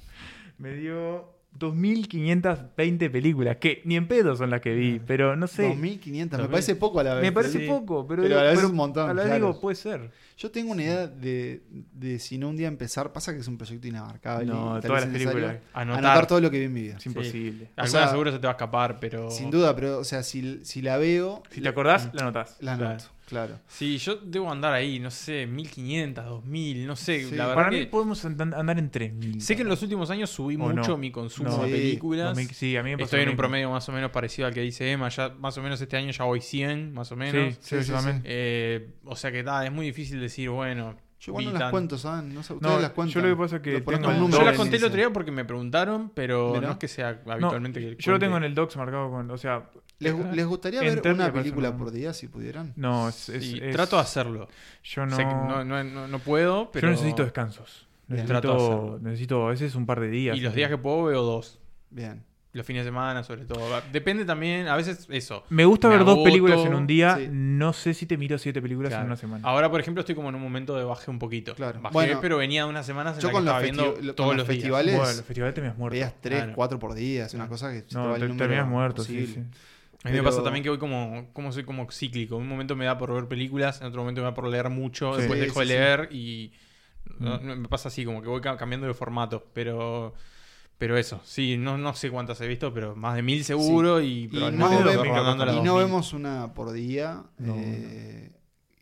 C: Me dio 2.520 películas, que ni en pedo son las que vi, pero no sé.
B: 2.500, me
A: 2000.
B: parece poco Ah. a la vez.
C: Me parece
A: Sí.
C: poco, pero,
B: Pero
C: digo,
B: a la vez es un montón,
C: A la vez
B: claro.
C: digo, puede ser.
B: Yo tengo una idea de, de si no un día empezar, pasa que es un proyecto inabarcable.
C: No,
B: y tal
C: todas
B: vez
C: las
B: es necesario
C: películas.
A: Anotar.
B: Anotar. todo lo que vi en mi vida.
C: Es imposible.
A: Alguna
B: sea,
A: seguro se te va a escapar, pero...
B: Sin duda, pero, o sea, si, si la veo,
C: Si te acordás, la notás.
B: la
A: Claro.
B: anoto, claro.
A: Sí, yo debo andar ahí, no sé, 1500, 2000, no sé.
B: Sí.
A: La verdad
C: Para
A: que
C: mí podemos andan- andar en 3.000.
A: sé que en los últimos años subí
C: O no.
A: mucho mi consumo
C: No.
A: de
B: Sí.
A: películas.
C: 2000, Sí, a mí me pasó
A: Estoy
C: lo
A: en un
C: mismo.
A: promedio más o menos parecido al que dice Emma. Ya más o menos este año ya voy 100, más o menos.
C: Sí, sí,
B: Sí,
C: sí,
B: sí,
C: también.
B: sí.
A: Eh, o sea que ta, es muy difícil decir, bueno.
B: Yo igual no
A: vi
B: las
A: tan-
B: cuento, ¿saben? No, sé, ustedes las cuentan.
C: yo lo que pasa es que
B: Lo ponen
C: tengo
B: como
C: el
B: un
C: doble.
A: Yo
B: número
A: las
B: en
A: conté el
B: ese.
A: otro día porque me preguntaron, pero
B: Mirá.
A: no es que sea
C: No,
A: habitualmente que
C: yo lo tengo en el docs marcado con. O sea,
B: ¿Les, gu- les gustaría
C: En
B: ver
C: Terry
B: una
C: aparece
B: película
C: un-
B: por día si pudieran?
C: no, es. es- es-
A: Trato de hacerlo.
C: Yo no.
A: Sé que No, no, no- no puedo, pero.
C: Yo necesito descansos.
B: Bien.
A: Trato de
C: Necesito,
A: hacerlo.
C: necesito a veces un par de días.
A: Y los días que puedo veo dos.
B: Bien.
A: Los fines de semana, sobre todo. Va- Depende también, a veces eso.
C: Me gusta
A: Me
C: ver dos
A: agoto,
C: películas en un día.
B: sí.
C: No sé si te miro siete películas
A: Claro.
C: en una semana.
A: Ahora, por ejemplo, estoy como en un momento de baje un poquito.
B: Claro.
A: Bajé,
B: Bueno,
A: pero venía de unas semanas en
B: yo
A: la que
B: con los
A: estaba viendo
B: festi- lo- con
A: todos
B: los
A: los
B: festivales-
A: días.
B: ¿cuál es?
C: bueno, los festivales te me has muerto.
B: Veías tres,
A: Claro.
B: cuatro por día, es una cosa que se te
C: no,
B: va el
C: te,
B: número
C: terminas muerto, sí,
B: posible.
C: sí.
A: A mí me pasa
B: Pero-
A: también que voy como, como soy como cíclico. En un momento me da por ver películas, en otro momento me da por leer mucho,
B: Sí.
A: después
B: Sí,
A: dejo
B: sí, Mm.
A: de
B: sí.
A: leer y no- no- me pasa así, como que voy ca- cambiando de formato. Pero pero eso, sí, no, no sé cuántas he visto, pero más de mil seguro y
B: Y no,
A: probablemente debo
B: vemos,
A: estar rondando las
B: y no
A: 2000.
B: vemos una por día.
C: No,
B: eh,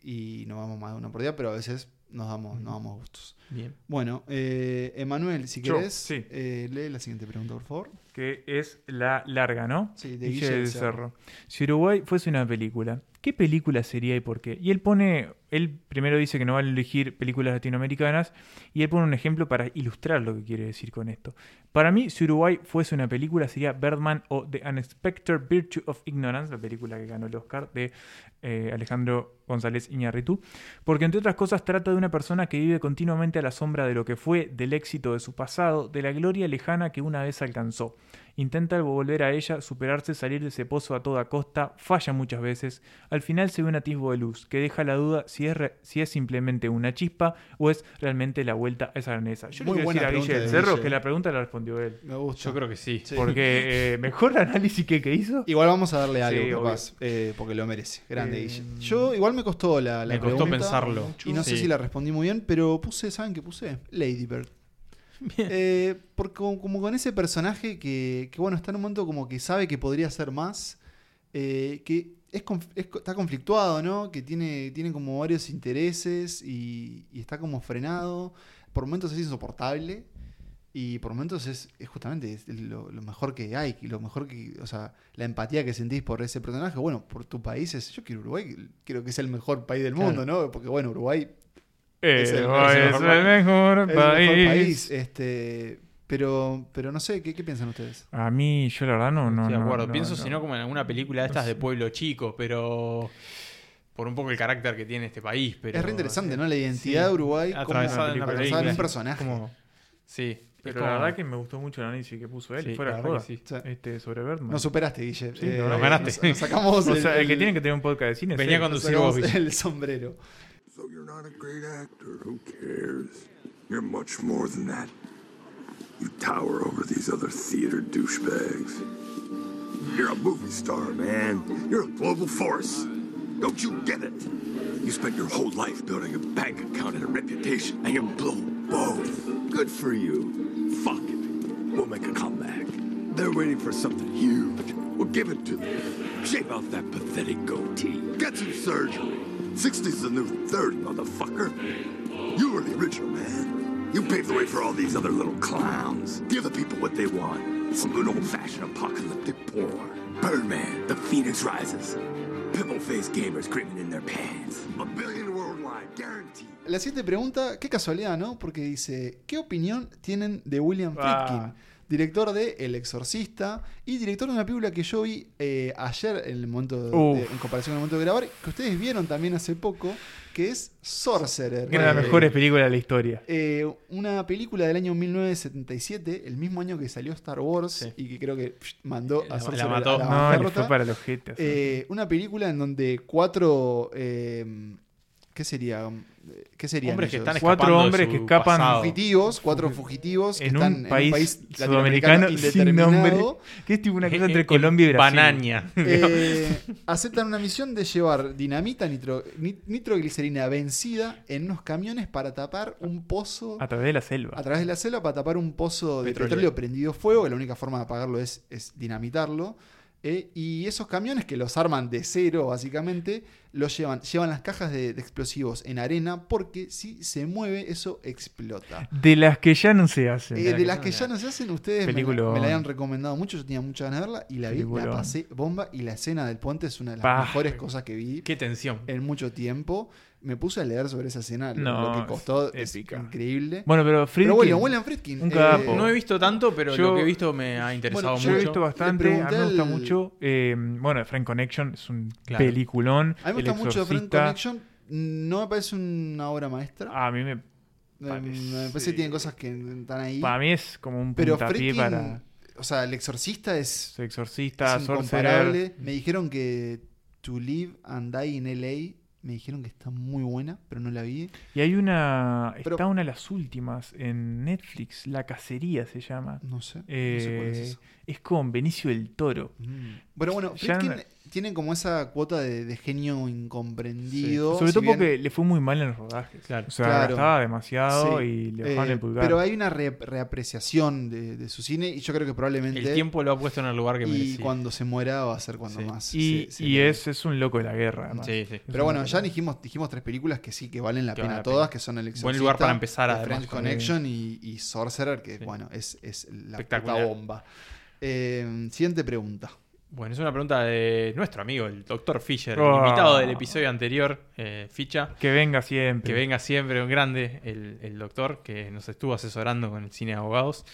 B: Y no vamos más de una por día, pero a veces nos damos, nos damos gustos.
A: Bien.
B: Bueno, eh, Emanuel, si
C: Yo,
B: querés,
C: sí.
B: eh, lee la siguiente pregunta, por favor.
C: que es la larga, ¿no?
B: Sí, de
C: Guille
B: Guille del
C: del Cerro. Si Uruguay fuese una película, ¿qué película sería y por qué? Y él pone, él primero dice que no vale elegir películas latinoamericanas y él pone un ejemplo para ilustrar lo que quiere decir con esto. Para mí, si Uruguay fuese una película, sería Birdman o The Unexpected Virtue of Ignorance, la película que ganó el Oscar de eh, Alejandro González Iñárritu, porque entre otras cosas trata de una persona que vive continuamente a la sombra de lo que fue, del éxito de su pasado, de la gloria lejana que una vez alcanzó. Intenta volver a ella, superarse, salir de ese pozo a toda costa, falla muchas veces. Al final se ve un atisbo de luz que deja la duda si es, re- si es simplemente una chispa o es realmente la vuelta a esa grandeza. Yo
B: Muy
C: le quiero
B: buena
C: decir a Guille
B: pregunta
C: del
B: de
C: Cerro
B: Guille.
C: que la pregunta la respondió él.
B: Me gusta.
A: Yo creo que sí.
B: Sí.
C: Porque eh, mejor análisis que, que hizo.
B: Igual vamos a darle algo,
C: Sí,
B: capaz, eh, porque lo merece. Grande,
C: Eh,
B: Guille. Yo, igual me costó la, la
A: Me costó
B: pregunta,
A: pensarlo.
B: Y no sé
A: Sí.
B: si la respondí muy bien, pero puse, ¿saben qué puse? Lady Bird. Eh, porque como, como con ese personaje que, que, bueno, está en un momento como que sabe que podría ser más, eh, que es, conf- es co- está conflictuado, ¿no? Que tiene, tiene como varios intereses y, y está como frenado. Por momentos es insoportable y por momentos es, es justamente es lo, lo mejor que hay, y lo mejor que, o sea, la empatía que sentís por ese personaje, bueno, por tu país es, yo quiero Uruguay, creo que es el mejor país del mundo, ¿no? Porque bueno, Uruguay Es
C: Eh,
B: el-
C: Uruguay
B: es el
C: es
B: mejor
C: el mejor
B: es el mejor país,
C: país.
B: este, pero, pero no sé, ¿qué, qué piensan ustedes?
C: A mí, yo la verdad no. no
A: Estoy de
C: no,
A: acuerdo.
C: no,
A: Pienso,
C: no.
A: si no, como en alguna película de estas de pueblo chico, pero. Por un poco el carácter que tiene este país. Pero,
B: es re interesante, ¿no? La identidad de Uruguay como
A: Atravesada en una
C: eh, atravesada
B: atravesada en
A: película.
B: un personaje.
A: Como- sí.
C: Pero la verdad que me gustó mucho el análisis que puso él.
A: Sí,
C: fuera
A: la
C: de
A: verdad
C: joda.
A: que sí.
B: O sea,
C: Este, sobre Birdman.
B: Nos superaste, Guille. Eh,
C: Sí, nos
A: ganaste.
B: nos- nos sacamos
C: o
B: el,
C: sea, el, que
B: el-
C: tiene que tener un podcast de cine. es
A: Venía
C: él.
A: con-
B: nos
A: Conducir vos,
B: sacamos
A: Guille.
B: el sombrero.
F: So you're not a great actor, who cares? You're much more than that. You tower over these other theater douchebags. You're a movie star, man. You're a global force. Don't you get it? You spent your whole life building a bank account and a reputation, and you blow both. Good for you. Fuck it. We'll make a comeback. They're waiting for something huge. Well, give it to them. Shave off that pathetic goatee. Get some surgery. 60's the new 30, motherfucker. You are the original man. You paved the way for all these other little clowns. Give the people what they want. Some good old-fashioned apocalyptic porn. Birdman, the phoenix rises. Pimple-faced gamers gripping in their pants. A billion worldwide, guaranteed.
B: La siguiente pregunta, qué casualidad, ¿no? Porque dice, ¿qué opinión tienen de William
C: Ah.
B: Friedkin? Director de El Exorcista y director de una película que yo vi eh, ayer en, el momento de-
C: Uf.
B: de- en comparación al momento de grabar, que ustedes vieron también hace poco, que es Sorcerer.
C: Una de
B: Eh,
C: las mejores películas de la historia.
B: eh, una película del año 1977, el mismo año que salió Star Wars
A: Sí.
B: y que creo que psh, mandó
A: La-
B: a
A: la
B: Sorcerer
A: mató.
B: a la
C: No, le
B: bancarrota.
C: fue para los jetas.
B: Eh, una película en donde cuatro. eh, ¿Qué sería? Um, ¿Qué serían
A: Hombres que
B: ellos?
A: están
C: Cuatro
A: escapando de
C: hombres
A: su
C: que escapan-
A: pasado.
B: fugitivos, cuatro fugitivos que
C: en,
B: están
C: un país
B: latinoamericano
C: sudamericano sin nombre. Que es tipo una cosa entre Colombia y Brasil.
A: Banaña.
B: Eh, aceptan una misión de llevar dinamita nitro- ni- nitroglicerina vencida en unos camiones para tapar un pozo
C: A través de la
B: a
C: selva.
B: través de la selva para tapar un pozo de
A: Petróleo.
B: petróleo, prendido fuego. La única forma de apagarlo es, es dinamitarlo. eh, y esos camiones que los arman de cero, básicamente, los llevan, llevan las cajas de, de explosivos en arena porque si se mueve, eso explota.
C: De las que ya no se hacen.
B: Eh, de las que ya no se hacen, ustedes me la,
C: Peliculón.
B: me la habían recomendado mucho. Yo tenía muchas ganas de verla y la vi, la
C: Peliculón.
B: pasé bomba. Y la escena del puente es una de las
C: Pa.
B: mejores cosas que vi
A: Qué tensión.
B: en mucho tiempo. Me puse a leer sobre esa escena, lo-
C: No,
B: lo que costó.
C: es
B: Es,
C: épica.
B: increíble.
C: Bueno, pero Friedkin,
B: Pero bueno, William Friedkin. eh,
C: un capo.
A: Eh, No he visto tanto, pero
C: Yo-
A: lo que he visto me ha interesado
B: bueno,
C: yo lo he
A: mucho.
C: visto
B: Le
C: bastante, a mí
B: pregunté
C: me gusta
B: al-
C: mucho. Eh, bueno, Frank Connection es un
A: Claro.
C: peliculón.
B: A mí me
C: El
B: gusta mucho Friend
C: Exorcista.
B: Connection. No me parece una obra maestra.
C: Ah, A mí me
B: Eh,
C: parece-
B: Me parece que tiene cosas que están ahí.
C: Para mí es como un
B: pero
C: puntapié
B: Friedkin,
C: para
B: o sea, El Exorcista es,
C: su exorcista,
B: es
C: sorcerer. Mm.
B: incomparable. Me dijeron que To Live and Die in L.A. me dijeron que está muy buena, pero no la vi.
C: Y hay una.
B: Pero-
C: está una de las últimas en Netflix, La Cacería se llama.
B: No sé. no sé cuál
C: Eh,
B: es
C: es,
B: esa.
C: con Benicio del Toro.
B: Mm. Pero bueno,
C: Ya
B: Friedkin
C: no-
B: tiene como esa cuota de, de genio incomprendido.
C: Sobre
B: si
C: todo
B: bien-
C: porque le fue muy mal en los rodajes.
A: Claro.
C: O sea,
B: Claro.
C: gastaba demasiado
B: Sí.
C: y le bajaban
B: Eh,
C: el pulgar.
B: Pero hay una re- reapreciación de, de su cine y yo creo que probablemente...
A: El tiempo lo ha puesto en el lugar que
B: y
A: merecía.
B: cuando se muera va a ser cuando
A: Sí.
B: más.
C: y
B: se- se
C: y
B: le-
C: es, es un loco de la guerra. además.
A: Sí, sí.
B: Pero bueno, ya dijimos, dijimos tres películas que sí, que valen la
A: Que
B: pena
A: valen la
B: todas,
A: pena.
B: que son El Exorcista,
A: Buen lugar para empezar,
B: The
A: además,
B: French
A: con-
B: Connection y, y Sorcerer, que
A: Sí.
B: bueno, es, es la puta
A: Espectacular.
B: bomba. Eh, siguiente pregunta.
A: Bueno, es una pregunta de nuestro amigo, el doctor Fisher, el
C: Oh.
A: invitado del episodio anterior, eh, Ficha.
C: Que venga siempre.
A: Que venga siempre un grande, el, el doctor, que nos estuvo asesorando con el cine de abogados.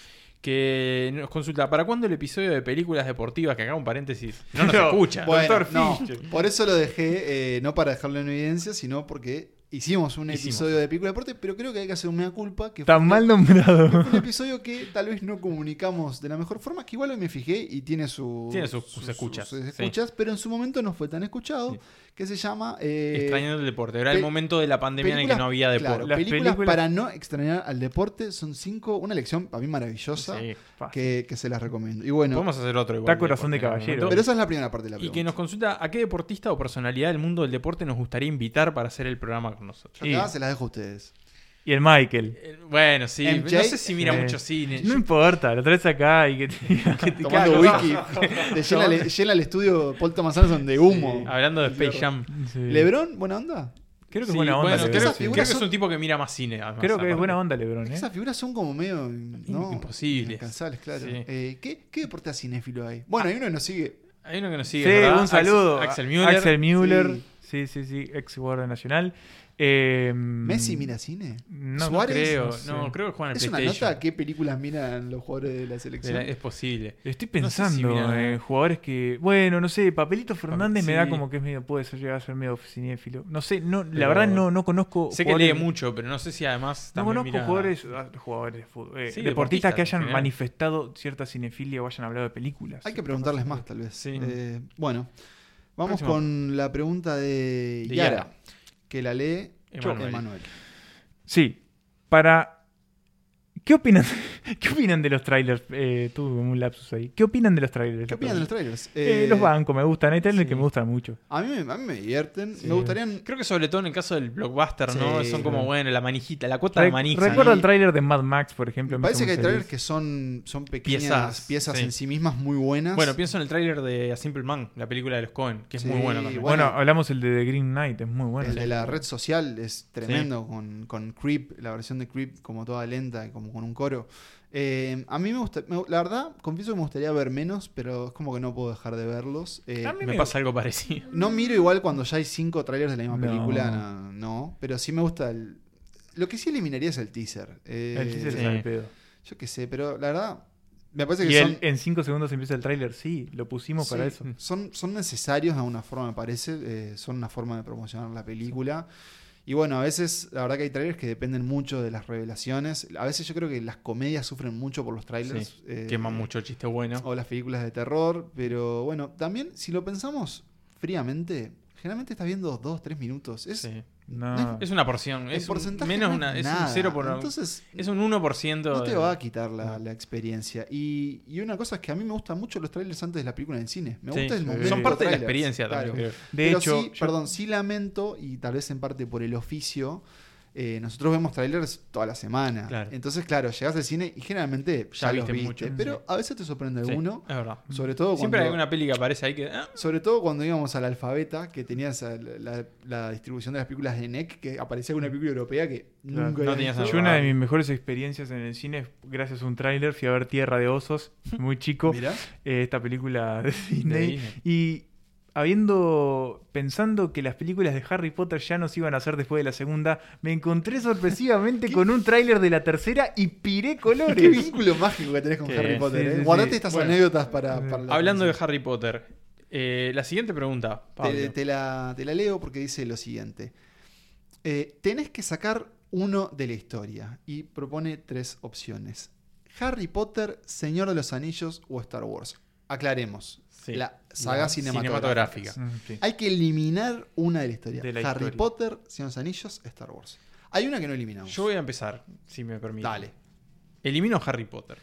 A: Que nos consulta, ¿para cuándo el episodio de películas deportivas? Que acá un paréntesis. No nos
C: No.
A: escucha.
B: Bueno,
C: Doctor
B: no,
C: Fincher.
B: por eso lo dejé, eh, no para dejarlo en evidencia, sino porque hicimos un
A: Hicimos.
B: episodio de película de deporte, pero creo que hay que hacer un mea culpa. Que
C: Tan
B: fue-
C: mal nombrado.
B: Fue un episodio que tal vez no comunicamos de la mejor forma, que igual hoy me fijé y tiene su,
A: Tiene sus- sus escuchas,
B: sus
A: sí.
B: escuchas, pero en su momento no fue tan escuchado,
A: Sí.
B: que se llama... eh,
A: Extrañando el deporte. Era
B: pe-
A: el momento de la pandemia en el que
B: películas-
A: no había deporte.
B: claro,
C: Las
B: películas,
C: películas-
B: para no extrañar al deporte son cinco, una lección para mí maravillosa,
A: Sí.
C: Fácil.
B: que, que se las recomiendo. Y bueno,
A: Podemos hacer otro igual.
C: Está
A: de
C: corazón de
A: deporte en algún
C: caballero.
B: pero
A: momento.
B: esa es la primera parte de la
A: Y
B: pregunta.
A: que nos consulta a qué deportista o personalidad del mundo del deporte nos gustaría invitar para hacer el programa con nosotros.
B: Yo acá
C: y-
B: se las dejo a ustedes.
C: Y el Michael.
A: Eh, Bueno, sí.
B: MJ,
A: no sé si mira
C: eh,
A: mucho cine.
C: No importa, lo traes acá y que te diga.
B: Tomando
A: cada
B: wiki, te llena, el- llena el estudio Paul Thomas Anderson de humo.
A: Hablando de Space Jam.
C: Sí.
B: ¿Lebrón? ¿Buena onda?
C: Creo
A: Sí,
C: que es buena onda.
A: bueno,
C: Lebron.
A: creo,
B: Esas
A: creo que
B: figuras
A: es
B: son-
A: un tipo que mira más cine. además,
C: Creo que es
A: aparte.
C: buena onda, Lebron. ¿eh?
B: Esas figuras son como medio. No,
A: imposibles.
B: Incansables, claro.
A: Sí.
B: Eh, ¿qué, ¿Qué deporte cinéfilo hay? Bueno, hay uno que nos sigue.
A: Hay uno que nos
C: Sí,
A: sigue. ¿verdad?
C: un saludo.
A: Axel,
C: a-
A: Axel Müller.
C: Axel Müller.
B: Sí.
C: Sí, sí, sí. Ex guardia nacional. Eh,
B: ¿Messi mira cine?
C: No, no
B: Suárez,
A: Creo,
C: no
A: Mm. no,
C: sé.
A: creo que juegan en
B: ¿Es una
A: PlayStation.
B: nota qué películas miran los jugadores de la
A: De
B: selección?
A: la- es posible.
C: Estoy
A: No sé
C: pensando
A: si mira-
C: en jugadores que. Bueno, no sé, Papelito Fernández me da
A: sí.
C: como que es medio. Puede ser, llegar a ser medio cinéfilo. No sé, no, la
A: Pero-
C: verdad no, no conozco.
A: Sé que lee
C: jugadores-
A: mucho, pero no sé si además
C: No
A: también
C: conozco
A: mira-
C: jugadores, ah, jugadores de fútbol, eh,
A: Sí,
C: deportistas,
A: deportistas
C: que
A: en
C: hayan
A: general.
C: manifestado cierta cinefilia o hayan hablado de películas.
B: Hay que preguntarles más, tal vez.
A: Sí.
B: Eh, bueno, vamos
A: Próxima.
B: con la pregunta de
A: De
B: Yara,
A: Yara.
B: que la lee
A: Emanuel.
B: Emanuel.
C: Sí, para ¿Qué opinan, ¿Qué opinan de los trailers? Eh, tuve un lapsus ahí. ¿Qué opinan de los trailers?
B: ¿Qué opinan de los trailers?
C: Eh,
B: Eh,
C: los banco, me gustan. Hay trailers
A: sí.
C: que me gustan mucho.
B: A mí, me- a mí me divierten.
C: Sí.
B: Me gustarían.
A: Creo que sobre todo en el caso del blockbuster,
B: Sí,
A: ¿no? Son como,
B: claro.
A: bueno, la manijita, la cuota de
C: Re-
A: manija.
C: recuerdo
B: ahí.
C: el trailer de Mad Max, por ejemplo.
B: Me
C: me
B: parece
C: hizo
B: que hay
C: muy
B: trailers
C: feliz.
B: que son, son pequeñas piezas,
A: Piezas, sí.
B: en sí mismas muy buenas.
A: Bueno, pienso en el tráiler de A Simple Man, la película de los Cohen, que es
B: Sí,
A: muy buena también.
B: bueno,
C: Bueno, hablamos el de The Green Knight, es muy bueno.
B: el de
C: Sí.
B: la red social es tremendo con, con Creep, la versión de Creep como toda lenta y como con un coro. Eh, a mí me gusta, me- la verdad, confieso que me gustaría ver menos, pero es como que no puedo dejar de verlos. Eh,
C: A mí
A: Me
C: me-
A: pasa algo parecido.
B: no miro igual cuando ya hay cinco trailers de la misma
C: No.
B: película, no, no, pero sí me gusta el... Lo que sí eliminaría es el teaser. Eh,
C: El teaser
A: sí.
C: es al pedo.
B: Yo qué sé, pero la verdad, me parece que
C: Y
B: son...
C: el- en 5 segundos empieza el tráiler, sí, Mm. lo pusimos para
B: Sí,
C: eso.
B: Son, son necesarios de alguna forma, me parece. eh, son una forma de promocionar la película. Y bueno, a veces, la verdad que hay trailers que dependen mucho de las revelaciones. A veces yo creo que las comedias sufren mucho por los trailers.
A: Sí,
B: eh,
A: Quema mucho el chiste bueno.
B: O las películas de terror. Pero bueno, también, si lo pensamos fríamente, generalmente estás viendo dos, tres minutos. Es,
A: Sí.
C: No.
A: Es una porción.
B: el
A: Es un,
B: porcentaje
A: menos
B: no es
A: una, es un
B: nada.
A: cero por
B: Entonces,
A: Es un 1%.
B: no te
A: de-
B: va a quitar la, la experiencia. Y, y una cosa es que a mí me gustan mucho los trailers antes de la película en el cine. Me
A: Sí.
B: gusta el
C: Sí.
B: momento
C: Son
A: parte de la
B: trailer.
A: experiencia también,
B: Claro.
A: creo.
C: De
B: Pero
C: hecho,
B: sí,
C: yo-
B: perdón, sí lamento, y tal vez en parte por el oficio, eh, nosotros vemos trailers toda la semana.
A: Claro.
B: Entonces, claro, llegás al cine y generalmente
A: Ya
B: ya, los
A: viste
B: viste.
A: mucho,
B: pero
A: sí.
B: a veces te sorprende
A: Sí,
B: alguno.
A: Es verdad.
B: Sobre todo,
A: Siempre
B: cuando,
A: hay alguna peli que aparece ahí que. ah,
B: sobre todo cuando íbamos al alfabeta, que tenías la, la- la distribución de las películas de NEC, que aparecía alguna película europea que
C: Claro,
B: nunca
A: no
B: había
A: tenías
B: visto.
C: yo una de mis mejores experiencias en el cine es gracias a un tráiler, fui a ver Tierra de Osos, muy chico,
B: Mirá.
C: eh, esta película de Disney,
A: Disney.
C: y habiendo pensando que las películas de Harry Potter ya no se iban a hacer después de la segunda, me encontré sorpresivamente con un tráiler de la tercera y piré
B: Qué
C: colores.
B: vínculo mágico que tenés con
A: Que-
B: Harry Potter.
C: sí,
B: eh.
C: sí, sí.
B: Guardate estas
A: Bueno,
B: anécdotas para, para la
A: Hablando de
B: próxima.
A: Harry Potter, eh, la siguiente pregunta, Pablo.
B: Te, te la, te la leo porque dice lo siguiente. Eh, tenés que sacar uno de la historia y propone tres opciones. Harry Potter, Señor de los Anillos o Star Wars. Aclaremos.
A: Sí.
B: La saga
A: La
B: cinematográfica.
A: cinematográfica.
C: Mm, sí.
B: Hay que eliminar una de la historia.
C: De la
B: Harry
C: historia.
B: Potter, Señor de los Anillos, Star Wars. Hay una que no eliminamos.
A: Yo voy a empezar, si me permite.
B: Dale.
A: Elimino Harry Potter.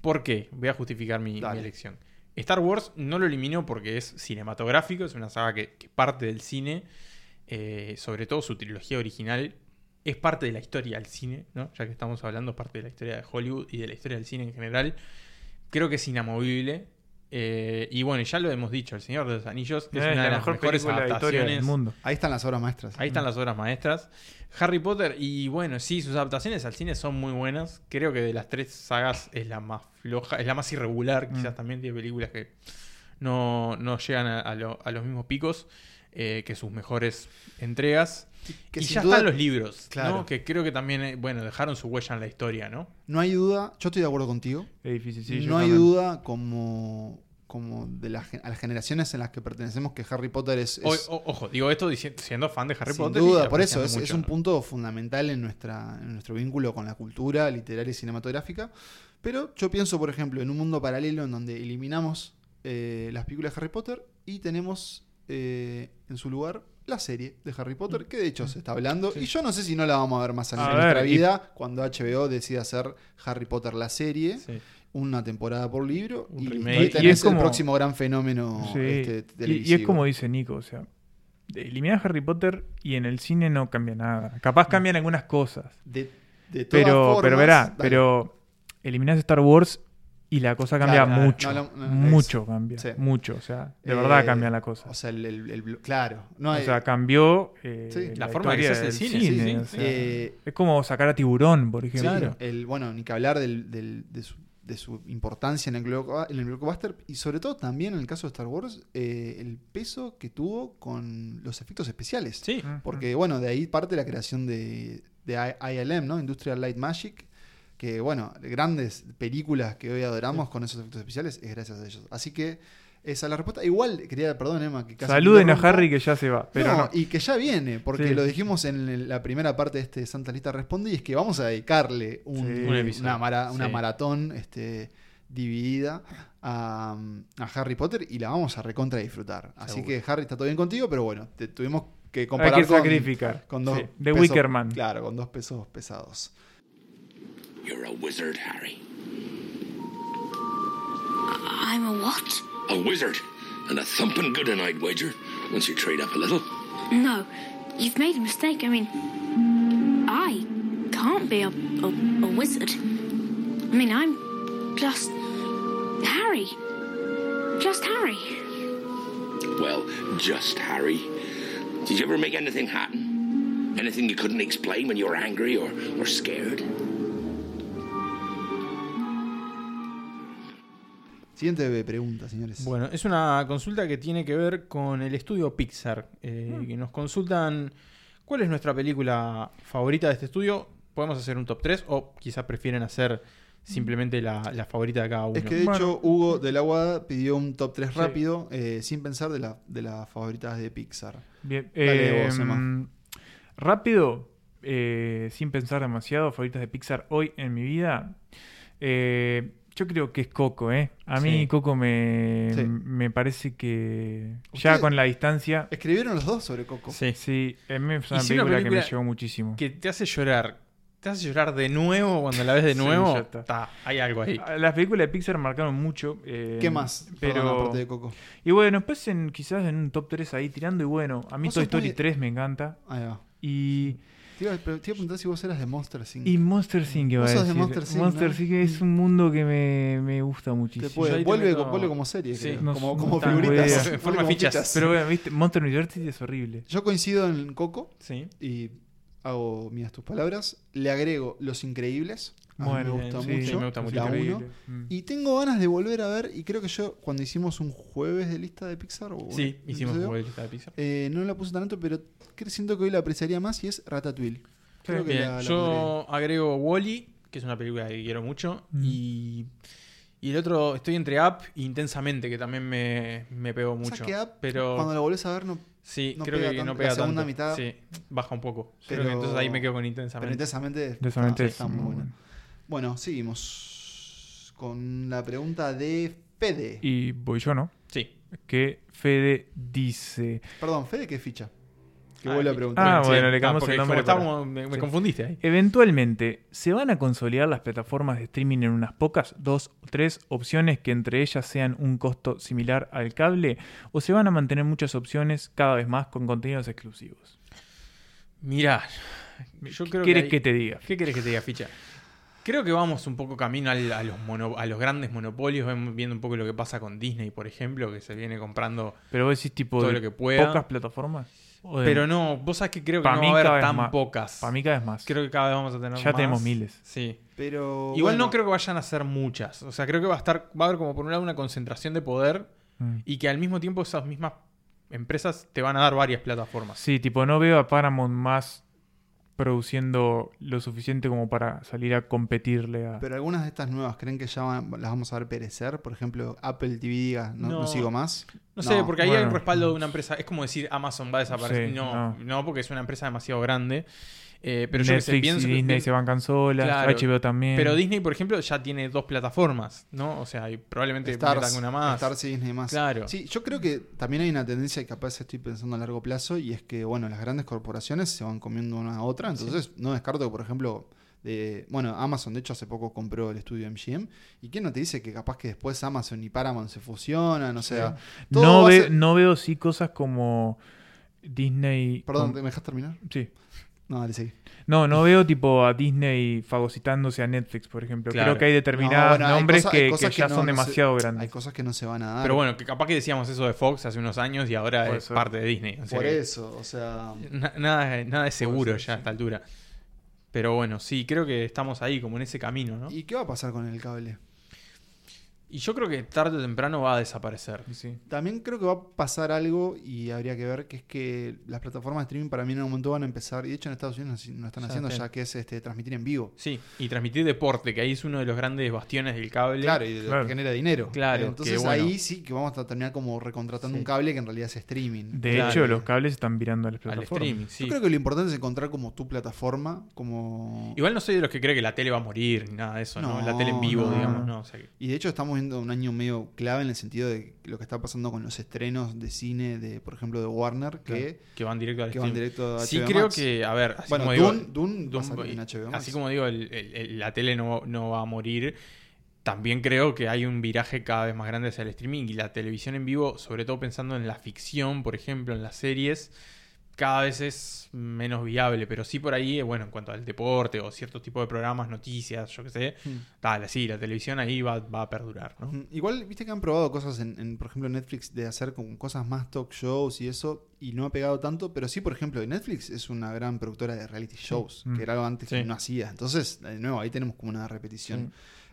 A: ¿Por qué? Voy a justificar mi, mi
B: Dale.
A: elección. Star Wars no lo elimino porque es cinematográfico, es una saga que, que parte del cine, eh, sobre todo su trilogía original, es parte de la historia del cine, ¿no? ya que estamos hablando, es parte de la historia de Hollywood y de la historia del cine en general. Creo que es inamovible. eh, y bueno, ya lo hemos dicho, El Señor de los Anillos es
C: Eh,
A: una
C: la
A: de las
C: mejor
A: mejores
C: película de historia
A: adaptaciones
C: del mundo.
B: Ahí están las obras maestras.
A: Ahí están las obras maestras. Harry Potter, y bueno, sí, sus adaptaciones al cine son muy buenas. Creo que de las tres sagas es la más floja, es la más irregular, quizás
C: Mm.
A: también tiene películas que no, no llegan a, a lo- a los mismos picos eh, que sus mejores entregas.
B: Que
A: y
B: sin
A: ya
B: duda-
A: están los libros,
B: Claro.
A: ¿no? Que creo que también, eh, bueno, dejaron su huella en la historia, ¿no?
B: No hay duda, yo estoy de acuerdo contigo.
C: Es difícil, sí, yo
B: no hay
C: también.
B: duda como, como de las, gen- a las generaciones en las que pertenecemos que Harry Potter es... es-
A: O- o- ojo, digo esto dici- siendo fan de Harry
B: Sin
A: Potter. y
B: duda, por eso
A: apreciando
B: es, es
A: mucho,
B: un
A: ¿no?
B: punto fundamental en, nuestra, en nuestro vínculo con la cultura literaria y cinematográfica. Pero yo pienso, por ejemplo, en un mundo paralelo en donde eliminamos eh, las películas de Harry Potter y tenemos eh, en su lugar la serie de Harry Potter, que de hecho se está hablando. Y yo no sé si no la vamos a ver más allá
C: A
B: en nuestra
C: ver, y-
B: vida cuando HBO decida hacer Harry Potter la serie.
A: Sí.
B: Una temporada por libro
A: Un
B: y,
A: remake.
B: y
A: Y es
B: tenés el
C: como-
B: próximo gran fenómeno
C: Sí,
B: este,
C: y- y, es
B: televisivo.
C: como dice Nico, o sea, eliminar Harry Potter y en el cine no cambia nada. Capaz cambian algunas cosas.
B: de, de todas
C: Pero, pero
B: formas,
C: verá,
B: dale.
C: pero eliminás Star Wars y la cosa cambia
B: Claro, claro.
C: mucho.
B: No, no, no,
C: mucho cambia.
B: sí.
C: Mucho. O sea, de
B: Eh,
C: verdad cambia la cosa.
B: O sea, el, el- el blo- claro. No,
C: O
B: eh,
C: sea, cambió eh,
B: sí.
A: La forma
C: historia
A: que se hace el
C: del
A: cine, sí, sí,
C: o sea,
B: eh,
C: es como sacar a tiburón, por ejemplo.
B: claro, el, bueno, ni que hablar del- del- de, su, de su importancia en el, gloco- en el blockbuster y sobre todo también en el caso de Star Wars, eh, el peso que tuvo con los efectos especiales.
A: Sí.
C: Mm,
B: Porque, bueno, de ahí parte la creación de, de I- ILM, ¿no? Industrial Light Magic. Que, bueno, grandes películas que hoy adoramos con esos efectos especiales es gracias a ellos. Así que esa es la respuesta. Igual, quería, perdón, Emma, que casi
C: Saluden a
B: interrumpa.
C: Harry que ya se va. Pero
B: no,
C: no.
B: y que ya viene, porque
C: Sí.
B: lo dijimos en el- la primera parte de este Santa Lista Responde, y es que vamos a dedicarle un-
C: Sí.
A: Un episodio.
B: una, mara- una
A: Sí.
B: maratón este, dividida a, a Harry Potter y la vamos a recontra disfrutar. Así
A: Seguro.
B: que Harry está todo bien contigo, pero bueno, te tuvimos que
C: Hay
B: comparar
C: que
B: con,
C: sacrificar.
B: con dos
C: Sí, De
B: pesos-
C: Wickerman.
B: Claro, con dos pesos pesados.
G: You're a wizard, Harry.
E: I'm a what?
G: A wizard. And a thumping good un, I'd wager, once you trade up a little.
E: No, you've made a mistake. I mean, I can't be a, a, a wizard. I mean, I'm just Harry. Just Harry.
G: Well, just Harry. Did you ever make anything happen? Anything you couldn't explain when you were angry or, or scared?
B: Siguiente pregunta, señores.
A: Bueno, es una consulta que tiene que ver con el estudio Pixar. eh,
C: Mm.
A: que nos consultan cuál es nuestra película favorita de este estudio. Podemos hacer un top 3 o quizás prefieren hacer simplemente la, la favorita de cada uno.
B: Es que de
C: Bueno.
B: hecho Hugo de la Guada pidió un top 3 rápido, eh, sin pensar de, la- de las favoritas de Pixar.
C: Bien.
B: Dale vos,
C: eh,
B: Emma.
C: rápido, eh, sin pensar demasiado, favoritas de Pixar hoy en mi vida. Eh, yo creo que es Coco, ¿eh? A mí
A: Sí.
C: Coco me,
B: Sí.
C: me parece que ya
B: Ustedes-
C: con la distancia...
B: Escribieron los dos sobre Coco.
A: Sí.
C: Sí, a mí es una,
A: Y si
C: película
A: una
C: que me
A: película
C: llegó muchísimo.
A: Que te hace llorar. Te hace llorar de nuevo cuando la ves de
C: Sí,
A: nuevo.
C: ya está. Ah,
A: Ta, hay algo ahí.
C: Eh, Las películas de Pixar marcaron mucho. eh,
B: ¿Qué más?
C: Pero...
B: Perdón, aparte de Coco.
C: Y bueno, después en, quizás en un top 3 ahí tirando y bueno, a mí
B: Vos
C: Toy
B: sos
C: Story
B: muy-
C: 3 me encanta.
B: Ahí va.
C: Y,
B: Te iba, a- pero te iba a preguntar si vos eras de Monster Inc.
C: y Monster Inc. iba a
B: Vos sos de
C: decir.
B: Monster Inc,
C: Monster
B: ¿no?
C: Inc. es un mundo que me, me gusta
B: Te
C: muchísimo.
A: yo
B: puede,
A: ahí te
B: vuelve,
A: meto-
B: co- vuelve como serie,
A: Sí,
B: creo.
C: no-
B: como,
C: no
B: como
C: tengo
B: figuritas.
C: idea.
B: Vuelve
A: Forma
B: como
A: fichas.
C: Pero bueno, viste, Monster University es horrible.
B: Yo coincido en Coco
A: Sí.
B: y hago mías tus palabras. Le agrego Los Increíbles. A mí
C: Bueno,
B: me gusta
C: sí,
B: mucho.
A: sí, me gusta mucho.
B: La
C: Increíble.
B: uno.
C: Mm.
B: Y tengo ganas de volver a ver, y creo que yo, cuando hicimos un jueves de lista de Pixar, o
A: Sí, hicimos un
B: un episodio,
A: juego de lista de Pixar.
B: eh, no la puse tanto, pero cre- siento que hoy la apreciaría más y es Ratatouille. Creo que
A: Bien,
B: la- la
A: yo agrego Wally, que es una película que quiero mucho.
C: Mm.
A: Y, y el otro, estoy entre Up e Intensamente, que también me, me pegó
B: pondría.
A: mucho.
B: Pasa que Up,
A: pero
B: cuando la volvés a ver, no,
A: sí,
B: no
A: creo
B: pega
A: que
B: tanto.
A: no pega
B: La segunda
A: tanto.
B: mitad-
A: Sí, baja un poco. Creo
B: Pero-
A: que entonces ahí me quedo con
B: pero
A: Intensamente.
B: intensamente,
C: De solamente
B: está- está
C: es
B: muy
C: muy
B: buena.
C: bueno.
B: Bueno, seguimos con la pregunta de Fede.
C: Y voy yo, ¿no?
A: Sí.
C: Que Fede dice.
B: Perdón, Fede, ¿qué ficha? Que
A: Ah,
B: vuelve a
A: sí.
B: preguntar.
C: Ah, bueno, le
A: está,
C: cambiamos
A: porque
C: el nombre
A: como
C: para-
A: estábamos- me, me
C: Sí.
A: confundiste ahí.
C: Eventualmente, ¿se van a consolidar las plataformas de streaming en unas pocas, dos o tres opciones que entre ellas sean un costo similar al cable? ¿O se van a mantener muchas opciones cada vez más con contenidos exclusivos?
A: Mirá, yo
C: ¿Qué
A: creo
C: quieres
A: ahí-
C: que te diga?
A: ¿Qué querés que te diga, ficha? Creo que vamos un poco camino al- a, los mono- a los grandes monopolios, vemos- viendo un poco lo que pasa con Disney, por ejemplo, que se viene comprando
C: Pero vos decís tipo
A: Todo
C: de
A: lo que pueda.
C: pocas plataformas. ¿O de-
A: Pero no, vos sabés que creo que
C: Pa'
A: no
C: mí
A: va a
C: cada
A: haber
C: vez
A: tan
C: más.
A: pocas.
C: para mí cada vez más.
A: Creo que cada vez vamos a tener
C: Ya
A: más.
C: tenemos miles.
A: Sí.
B: Pero.
A: Igual
B: bueno,
A: no creo que vayan a ser muchas. O sea, creo que va a estar, va a haber como por un lado una concentración de poder
C: Mm.
A: y que al mismo tiempo esas mismas empresas te van a dar varias plataformas.
C: Sí, tipo, no veo a Paramount más produciendo lo suficiente como para salir a competirle a...
B: Pero algunas de estas nuevas, ¿creen que ya van- las vamos a ver perecer? Por ejemplo, Apple TV diga, no,
A: No.
B: no sigo más.
A: No sé,
B: No,
A: porque ahí hay un
C: bueno.
A: respaldo de una empresa. Es como decir Amazon va a desaparecer.
C: Sí,
A: no, no,
C: no.
A: porque es una empresa demasiado grande. Eh, pero yo qué sé,
C: Netflix
A: pienso
C: y Disney se bancan solas,
A: Claro,
C: HBO también.
A: Pero Disney, por ejemplo, ya tiene dos plataformas, ¿no? O sea, y probablemente meta
B: Stars,
A: alguna más.
B: Stars y Disney más.
A: Claro.
B: Sí, yo creo que también hay una tendencia, y capaz estoy pensando a largo plazo, y es que, bueno, las grandes corporaciones se van comiendo una a otra, entonces no descarto que, por ejemplo, de, bueno, Amazon, de hecho, hace poco compró el estudio MGM, y ¿quién no te dice que capaz que después Amazon y Paramount se fusionan? O sea, todo
C: no,
B: va a
C: ve-
B: ser-
C: no veo sí cosas como Disney.
B: Perdón,
C: con-
B: ¿me dejas terminar?
C: sí.
B: No, dale, seguí.
C: No, no veo tipo a Disney fagocitándose a Netflix, por ejemplo.
A: Claro.
C: Creo que hay determinados
B: No, bueno, hay
C: nombres
B: cosas- hay
C: que, que
B: cosas que
C: ya
B: no-
C: son
B: no sé-
C: demasiado grandes.
B: Hay cosas que no se van a dar.
A: Pero bueno, que capaz que decíamos eso de Fox hace unos años y ahora
C: Por
A: es
C: eso.
A: parte de Disney. O sea
B: por
A: que
B: eso, o sea...
A: na- nada, nada es seguro ya a esta altura. Pero bueno, sí, creo que estamos ahí, como en ese camino, ¿no? Y,
B: ¿Y qué va a pasar con el cable?
A: yo creo que tarde o temprano va a desaparecer.
C: Sí.
B: También creo que va a pasar algo y habría que ver, que es que las plataformas de streaming para mí en un momento van a empezar, y de hecho en Estados Unidos no están
A: Ya
B: haciendo
A: está.
B: ya, que es este, transmitir en vivo.
A: Sí, y transmitir deporte, que ahí es uno de los grandes bastiones del cable.
B: Claro, y de lo
C: Claro.
B: que genera dinero.
A: Claro,
B: Entonces
A: que bueno.
B: ahí sí que vamos a terminar como recontratando un cable que en realidad es streaming.
C: De
A: Claro.
C: hecho, los cables están virando a las
A: al
C: plataformas.
A: streaming,
B: Yo
A: sí.
B: creo que lo importante es encontrar como tu plataforma, como...
A: Igual no soy de los que cree que la tele va a morir ni nada de eso, ¿no?
B: No,
A: la tele en vivo,
B: no.
A: digamos, ¿no? O sea que-
B: Y de hecho estamos viendo un año medio clave en el sentido de lo que está pasando con los estrenos de cine, de por ejemplo, de Warner, que,
A: que van directo al
B: que van
A: stream.
B: directo a
A: Sí,
B: HBO
A: creo
B: Max.
A: que, a ver, así
B: Bueno,
A: como digo,
B: Dune- Dune pasa en HBO Max.
A: así como digo, el- el- el- la tele no, no va a morir. También creo que hay un viraje cada vez más grande hacia el streaming y la televisión en vivo, sobre todo pensando en la ficción, por ejemplo, en las series, cada vez es menos viable. Pero sí por ahí, eh, bueno, en cuanto al deporte o cierto tipo de programas, noticias, yo qué sé,
B: Hmm.
A: tal, sí, la televisión ahí va, va a perdurar, ¿no?
B: Mm, Igual, viste que han probado cosas en, en, por ejemplo, Netflix de hacer con cosas más talk shows y eso, y no ha pegado tanto, pero sí, por ejemplo, Netflix es una gran productora de reality shows,
C: Mm.
B: que era algo antes que
A: Sí.
B: no hacía. Entonces, de nuevo, ahí tenemos como una repetición.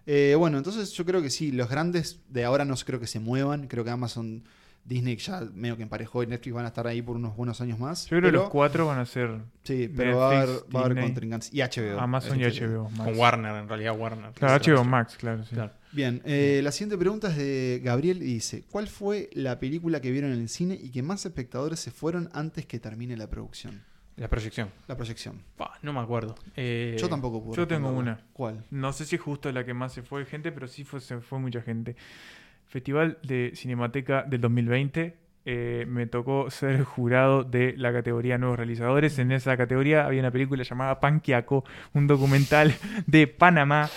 B: Eh, bueno, entonces yo creo que sí, los grandes de ahora no creo que se muevan, creo que Amazon, Disney ya medio que emparejó y Netflix van a estar ahí por unos buenos años más.
C: Yo creo que
B: pero-
C: los cuatro van a ser
B: Sí, pero va a haber,
C: Netflix,
B: va a haber
C: Disney,
B: contrincantes. Y HBO.
C: Amazon y
B: Este,
C: HBO Max.
A: Con Warner, en realidad, Warner.
C: Claro, HBO Max, claro. sí.
A: Claro.
B: Bien, eh, la siguiente pregunta es de Gabriel y dice: ¿Cuál fue la película que vieron en el cine y que más espectadores se fueron antes que termine la producción?
A: La proyección.
B: La proyección.
A: Pa, no me acuerdo. Eh,
B: Yo tampoco pude.
C: yo tengo
B: responderla.
C: una.
B: ¿Cuál?
C: No sé si es justo la que más se fue gente, pero sí fue, se fue mucha gente. Festival de Cinemateca del 2020. eh, me tocó ser jurado de la categoría Nuevos Realizadores. En esa categoría había una película llamada Panquiaco, un documental de Panamá.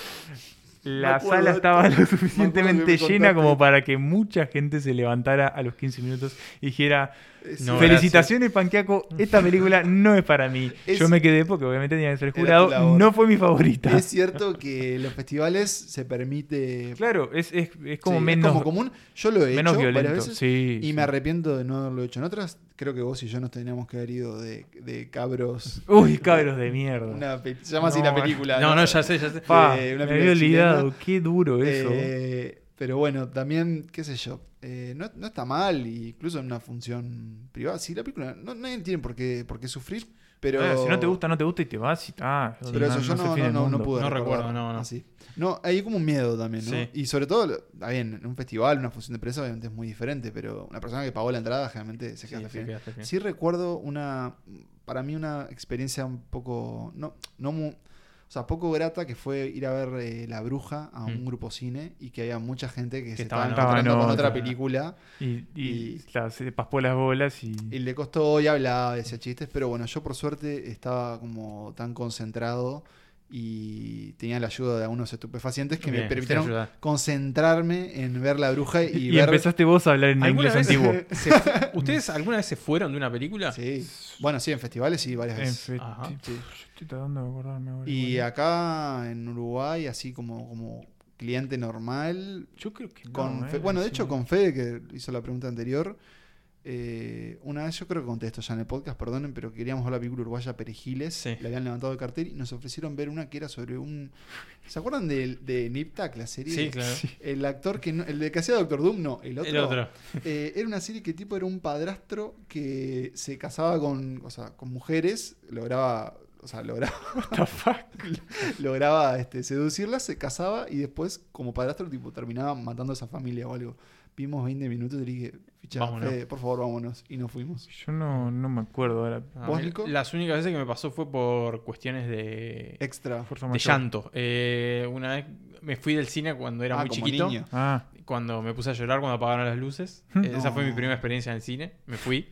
C: La
B: acuerdo
C: sala
B: de
C: estaba
B: esto.
C: lo
B: Me
C: suficientemente
B: acuerdo que me
C: llena como
B: contaste.
C: para que mucha gente se levantara a los 15 minutos y dijera,
B: Es-
A: No,
C: Felicitaciones, Panquiaco. Esta película no es para mí.
B: Es-
C: Yo me quedé porque obviamente tenía que ser
B: Era tu
C: jurado.
B: labor.
C: No fue mi favorita.
B: Es cierto que los festivales se permite.
C: claro, es, es, es
B: sí,
C: como
B: es
C: menos,
B: como común. Yo lo he
C: menos
B: hecho
C: violento.
B: varias veces.
C: sí,
B: Y
C: sí.
B: me arrepiento de no haberlo hecho. En otras, creo que vos y yo nos teníamos que haber ido de, de cabros.
C: Uy, cabros de mierda.
B: Una pe- se llama así
C: No,
B: la película.
A: No, no, ya sé, ya sé.
C: Pa,
B: eh, una
C: me
B: película
C: había olvidado.
B: chilena.
C: Qué duro eso.
B: Eh, pero bueno, también, qué sé yo, eh, no, no está mal, y incluso en una función privada. Sí, la película, no, nadie tiene por qué, por qué sufrir, pero...
C: Ah, si no te gusta, no te gusta y te vas y ah,
B: Pero eso yo
C: se
B: no,
C: fin
B: no,
C: del
B: no, no
C: mundo.
B: pude
A: No recuerdo,
B: recordar
A: no, no.
B: así. No, hay como un miedo también, ¿no?
A: Sí.
B: Y sobre todo, lo- está bien, en un festival, una función de prensa, obviamente es muy diferente, pero una persona que pagó la entrada generalmente
A: Sí,
B: se queda hasta el
A: se
B: final.
A: queda hasta el final.
B: Sí recuerdo una, para mí una experiencia un poco, no, no mu- o sea, poco grata que fue ir a ver eh, La Bruja a un
A: Mm.
B: grupo cine y que había mucha gente que, se
A: estaba
B: estaba
A: en
B: encontrando
C: otra.
B: con otra
C: Estaba en
B: película
C: Y, y,
B: Y-
C: la- se paspó las bolas y.
B: y le costó y hablaba, decía chistes, pero bueno, yo por suerte estaba como tan concentrado y tenía la ayuda de algunos estupefacientes que me
A: Bien, sí,
B: permitieron
A: ayuda.
B: concentrarme en ver La Bruja y,
C: y
B: ver...
C: empezaste vos a hablar en
A: ¿Alguna
C: inglés
A: vez
C: antiguo. Em,
A: se fu- ¿Ustedes alguna vez se fueron de una película?
B: Sí. Bueno, sí, en festivales sí, varias
C: En
B: veces.
C: fe-
A: Ajá.
C: este, Yo Estoy tratando de acordarme ahora.
B: Y
C: igual.
B: acá en Uruguay, así como, como cliente normal.
C: Yo creo
A: Ah,
C: que no,
B: Con
C: eh,
B: Fe- bueno, de
C: sí.
B: hecho, con Fede, que hizo la pregunta anterior, eh, una vez yo creo que contesto ya en el podcast, perdonen, pero queríamos ver la película uruguaya Perejiles.
A: Sí.
B: Le habían levantado el cartel y nos ofrecieron ver una que era sobre un. ¿Se acuerdan de, de Niptak, la serie?
A: Sí, claro.
B: El actor que no- el de que hacía Doctor Doom, no, el otro.
A: El otro.
B: Eh, era una serie que tipo era un padrastro que se casaba con, o sea, con mujeres, lograba, o sea, lograba, lograba este, seducirlas, se casaba y después como padrastro tipo terminaba matando a esa familia o algo. Vimos 20 minutos y le dije, ficha,
A: Vámonos.
B: Fede, por favor, vámonos. Y nos fuimos.
C: Yo no, no me acuerdo ahora.
A: A
B: ¿Vos,
A: mí
B: Nico?
A: Las únicas veces que me pasó fue por cuestiones de,
B: Extra.
C: Fuerza
A: de
C: mayor.
A: llanto. Eh, una vez me fui del cine cuando era
B: Ah,
A: muy
B: como
A: chiquito.
B: niño.
C: Ah,
A: Cuando me puse a llorar cuando apagaron las luces.
C: Hmm.
A: Eh, Esa fue mi
B: No.
A: primera experiencia en el cine. Me fui.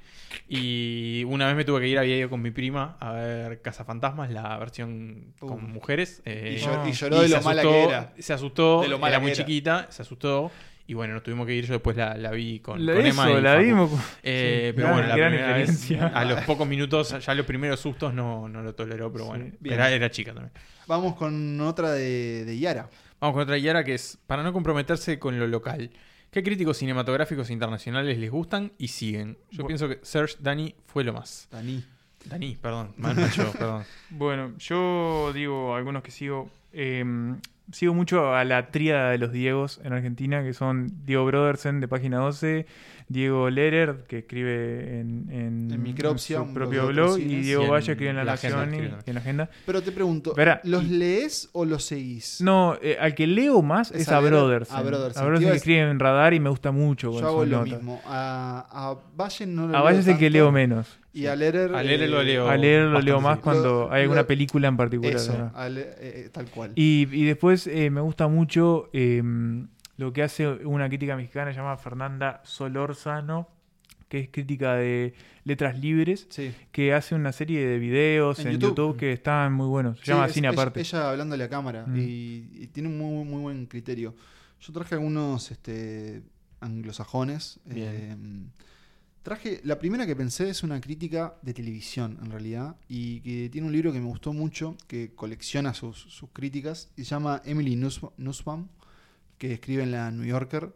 A: Y una vez me tuve que ir, había ido con mi prima a ver Cazafantasmas, la versión
B: Uh.
A: con mujeres. eh,
B: Y, llor-
C: no.
B: y lloró de
A: se
B: lo mala
A: asustó-
B: que era.
A: Se asustó,
B: De lo mala
A: era muy
B: que era.
A: chiquita, se asustó. Y bueno, nos tuvimos que ir. Yo después la, la vi con,
C: la,
A: con
C: eso,
A: Emma. y
C: la
A: Facu.
C: vimos.
A: Eh,
C: Sí,
A: pero
C: gran-
A: bueno, la
C: gran
A: primera vez,
C: experiencia.
A: a los pocos minutos, ya los primeros sustos no, no lo toleró, pero
C: Sí,
A: bueno.
B: bien.
A: Era, era chica también.
B: Vamos con otra de, de Yara.
A: Vamos con otra Yara que es, para no comprometerse con lo local, ¿qué críticos cinematográficos internacionales les gustan y siguen? Yo
C: Bu-
A: pienso que Serge Dani fue lo más.
B: Tani.
A: Dani, perdón. Mal macho, perdón.
C: Bueno, yo digo algunos que sigo. eh, sigo mucho a la tríada de los Diegos en Argentina, que son Diego Brodersen de página 12, Diego Lehrer, que escribe en, en,
B: En Micropsia,
C: su
B: un
C: propio
B: blog de otros
C: blog, y
B: cines.
A: Y
C: Diego
A: en
C: Valle escribe en La
A: La Agenda,
C: Nación y-
A: escribe en La-
C: y en la agenda.
B: Pero te pregunto,
C: Verá,
B: ¿los
C: y-
B: lees o los seguís?
C: No, eh, al que leo más
B: Es
C: es,
B: a
C: a
B: Lehrer-
C: Brothers.
B: a Brodersen.
C: A
B: Te iba
C: Brodersen
B: a
C: que escribe en Radar y me gusta mucho. con
B: Yo hago
C: sus
B: lo
C: notas.
B: mismo. A, a Valle no lo
C: A Valle es el que
B: tanto,
C: leo menos.
B: Y a Lerer.
A: A Lerer lo
B: eh,
A: leo.
C: A leer lo leo
A: bastante
C: más
A: seguido.
C: cuando
B: Lo-
C: hay alguna
B: lo-
C: película en particular.
B: Eso,
C: ¿verdad?
B: a Le- eh, eh, tal cual.
C: Y, y después eh, me gusta mucho eh, lo que hace una crítica mexicana llamada Fernanda Solórzano, que es crítica de letras libres,
B: Sí.
C: que hace una serie de videos
B: En
C: en,
B: YouTube.
C: YouTube. que están muy buenos. Se llama
B: Sí, es-
C: Cine
B: es-
C: Aparte.
B: Ella hablándole a cámara
C: Mm.
B: y, y tiene un muy, muy buen criterio. Yo traje algunos este, anglosajones.
A: Bien.
B: eh, traje, la primera que pensé es una crítica de televisión, en realidad, y que tiene un libro que me gustó mucho, que colecciona sus, sus críticas, y se llama Emily Nussba- Nussbaum, que escribe en la New Yorker.
C: Ujú.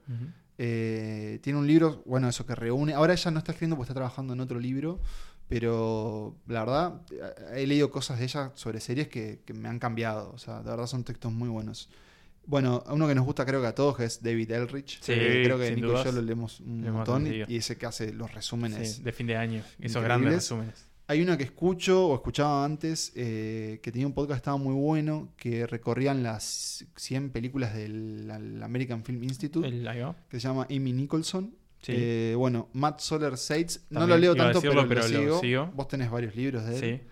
B: Eh, tiene un libro, bueno, eso que reúne. Ahora ella no está escribiendo porque está trabajando en otro libro, pero la verdad, eh, he leído cosas de ella sobre series que, que me han cambiado. O sea, de verdad son textos muy buenos. Bueno, uno que nos gusta creo que a todos que es David Elrich.
A: Sí,
B: que creo que
A: sin
B: Nico
A: dudas.
B: y yo lo leemos un
A: Lo hemos
B: montón y,
A: leído.
B: y ese que hace los resúmenes.
A: Sí, de fin de año. Esos
B: Increíbles.
A: grandes resúmenes.
B: Hay una que escucho o escuchaba antes, eh, que tenía un podcast que estaba muy bueno, que recorrían las 100 películas del al American Film Institute,
A: El, ahí va.
B: que se llama Amy Nicholson.
A: Sí.
B: Eh, bueno, Matt Soler Seitz, no
A: También
B: lo leo
A: iba a
B: tanto,
A: decirlo,
B: pero,
A: pero
B: lo
A: lo
B: sigo.
A: sigo.
B: Vos tenés varios libros de él.
A: sí.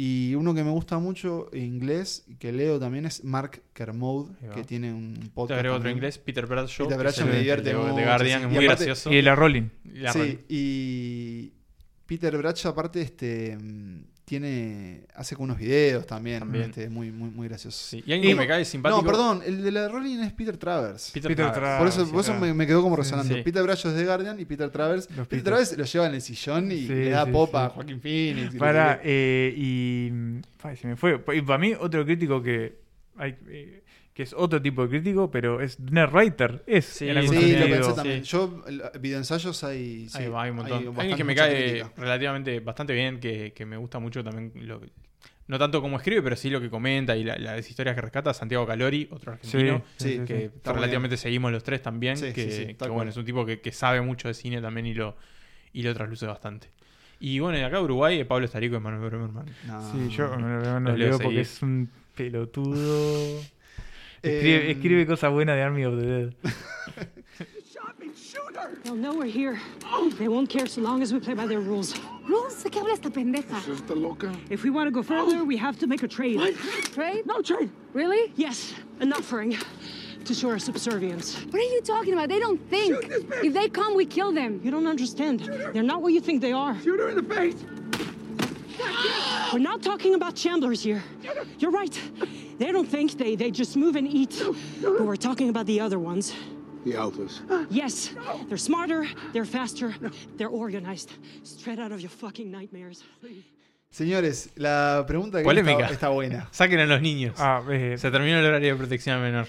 B: Y uno que me gusta mucho en inglés y que leo también es Mark Kermode,
A: Ahí va.
B: que tiene un
A: Te
B: podcast.
A: agrego otro
B: también.
A: inglés, Peter Bradshaw.
B: Peter
A: que
B: Bradshaw
A: es
B: me
A: el-
B: divierte
A: el de,
B: mucho,
A: de Guardian,
B: sí.
A: es
B: Y
A: muy
B: aparte-
A: gracioso.
C: Y de la Rolling.
A: La
B: Sí,
A: arran-
B: y Peter Bradshaw aparte este mm, tiene hace como unos videos también,
A: También.
B: este, muy muy muy graciosos.
A: sí. Y alguien
B: Y-
A: que me cae simpático.
B: No, perdón, el de la Rolling es Peter Travers.
A: Peter,
C: Peter
A: Travers.
C: Travers.
B: por eso,
C: sí,
B: por eso
C: claro.
B: me, me quedó como
C: Sí,
B: resonando.
A: sí.
B: Peter Bradshaw es de Guardian y Peter Travers.
C: Los
B: Peter
C: Peter.
B: Travers lo lleva en el sillón y
C: Sí,
B: le da
C: sí,
B: popa
C: sí.
B: a Joaquín Phoenix. y lo
C: Para,
B: que-
C: eh, y. mm, ay, se me fue. Y para mí, otro crítico que. hay, eh, que es otro tipo de crítico, pero es Nerdwriter. Es.
A: Sí,
C: en algún
B: Sí, lo
C: sentido.
B: pensé
A: Sí.
B: también. Yo, el- videoensayos hay. sí,
A: Ahí va, hay un montón.
B: bastante
A: alguien que me
B: mucha
A: cae
B: crítica.
A: relativamente bastante bien, que, que me gusta mucho también. lo- no tanto como escribe, pero sí lo que comenta y la- las historias que rescata. Santiago Calori, otro argentino.
B: Sí,
C: sí,
A: que
C: sí.
B: Está muy
A: relativamente seguimos los tres también.
B: Sí,
A: que
B: sí, sí,
A: que,
B: tal cual.
A: bueno, es un tipo que, que sabe mucho de cine también y lo, y lo trasluce bastante. Y bueno, y acá Uruguay, eh, Pablo Estarico y Manuel Bremerman.
B: No.
C: Sí, yo me lo- no
A: Los
C: lo
A: leo
C: leo porque
A: seguido.
C: es un pelotudo. Escribe,
B: Eh,
C: escribe cosas buenas de Army of the Dead.
H: They'll know we're here. They won't care so long as we play by their rules.
E: Rules, ¿de qué habla esta pendeja?
F: ¿Está loca?
H: If we want to go further, we have to make a trade.
E: Trade?
H: No trade.
E: Really?
H: Yes, an offering to show our subservience.
E: What are you talking about? They don't think. If they come, we kill them.
H: You don't understand. They're not what you think they are.
F: Shoot her in the face!
H: We're not talking about shamblers here. You're right. They don't think they they just move and eat. But we're talking about the other ones.
F: The Alphas.
H: Yes, they're smarter, they're faster, they're organized. Straight out of your fucking nightmares.
B: Señores, la pregunta que
A: Polémica.
B: Está, está buena.
A: Saquen a los niños.
C: Ah, eh,
A: Se terminó el horario de protección al menor.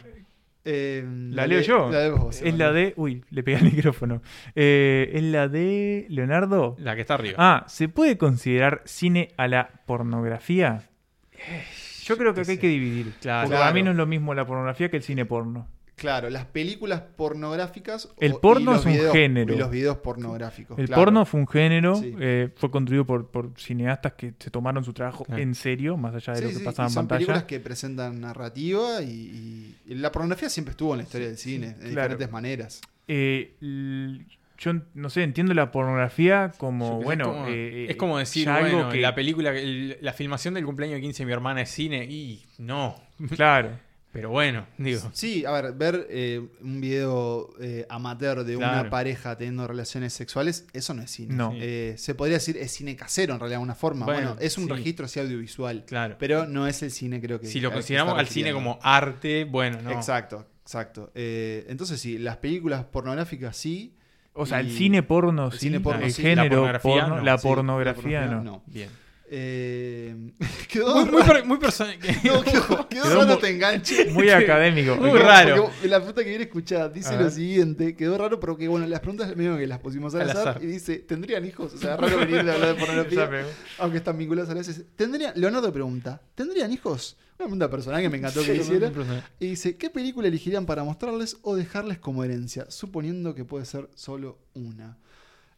B: Eh,
C: la leo yo.
B: La lees vos.
C: es la de. Uy, le pegué al micrófono. Eh, es la de Leonardo.
A: La que está arriba.
C: Ah, ¿se puede considerar cine a la pornografía?
B: Eh,
C: Yo creo
A: qué
C: que acá hay
A: sé.
C: que dividir.
A: Claro.
C: Porque para mí
B: Claro.
C: no es lo mismo la pornografía que el cine porno.
B: Claro, las películas pornográficas.
C: El
B: y
C: porno
B: los
C: es un
B: videos-
C: género.
B: Y los videos pornográficos.
C: El
B: Pues claro.
C: porno fue un género,
B: Sí.
C: eh, fue construido por, por cineastas que se tomaron su trabajo
A: Claro.
C: en serio, más allá de
B: Sí,
C: lo que
B: sí, y
C: pasaba en
B: son películas
C: pantalla.
B: que presentan narrativa y, y- y la pornografía siempre estuvo en la historia del cine, de
C: claro.
B: diferentes maneras.
C: Eh, l- yo no sé, entiendo la pornografía
A: Yo
C: como,
A: creo que
C: bueno,
A: es como,
C: eh,
A: es como decir,
C: ya algo
A: bueno,
C: que-
A: la película, el- la filmación del cumpleaños de 15 de mi hermana es cine y no,
C: Claro.
A: pero bueno, digo.
B: Sí, a ver, ver eh, un video eh, amateur de una
A: Claro.
B: pareja teniendo relaciones sexuales, eso no es cine.
C: No.
B: Eh, se podría decir es cine casero en realidad, de una forma. Bueno,
A: Bueno,
B: es un
A: sí.
B: registro así audiovisual,
A: Claro.
B: pero no es el cine, creo que.
A: si lo
B: al que
A: consideramos
B: está
A: al cine
B: refiriendo.
A: como arte, bueno, no.
B: Exacto, exacto. Eh, entonces sí, las películas pornográficas sí.
C: O sea, el
B: y-
C: cine porno,
B: el
C: sí,
B: cine porno
C: el
B: sí.
A: La
C: género
A: pornografía
C: porno,
A: no,
C: la
B: sí,
C: pornografía
B: la
C: no.
A: Bien.
B: Eh, quedó
A: Muy, muy,
B: raro,
A: per- muy perso-
B: quedó- quedó- quedó
C: Quedó
B: raro
C: mu-
B: te enganche.
C: Muy académico.
A: Muy
C: Porque-
A: raro.
B: Porque la puta que viene escuchada dice
C: A
B: lo
C: ver.
B: siguiente, quedó raro, pero que bueno, las preguntas medio que las pusimos al,
A: Al
B: azar,
A: azar.
B: y dice, ¿tendrían hijos? O sea, raro venir a hablar de
C: Ya
B: pornografía,
C: pegó.
B: aunque están vinculadas a las veces. ¿Tendría, Leonardo pregunta, ¿tendrían hijos? Una pregunta personal que me encantó que hiciera. Y dice, ¿qué película elegirían para mostrarles o dejarles como herencia? Suponiendo que puede ser solo una.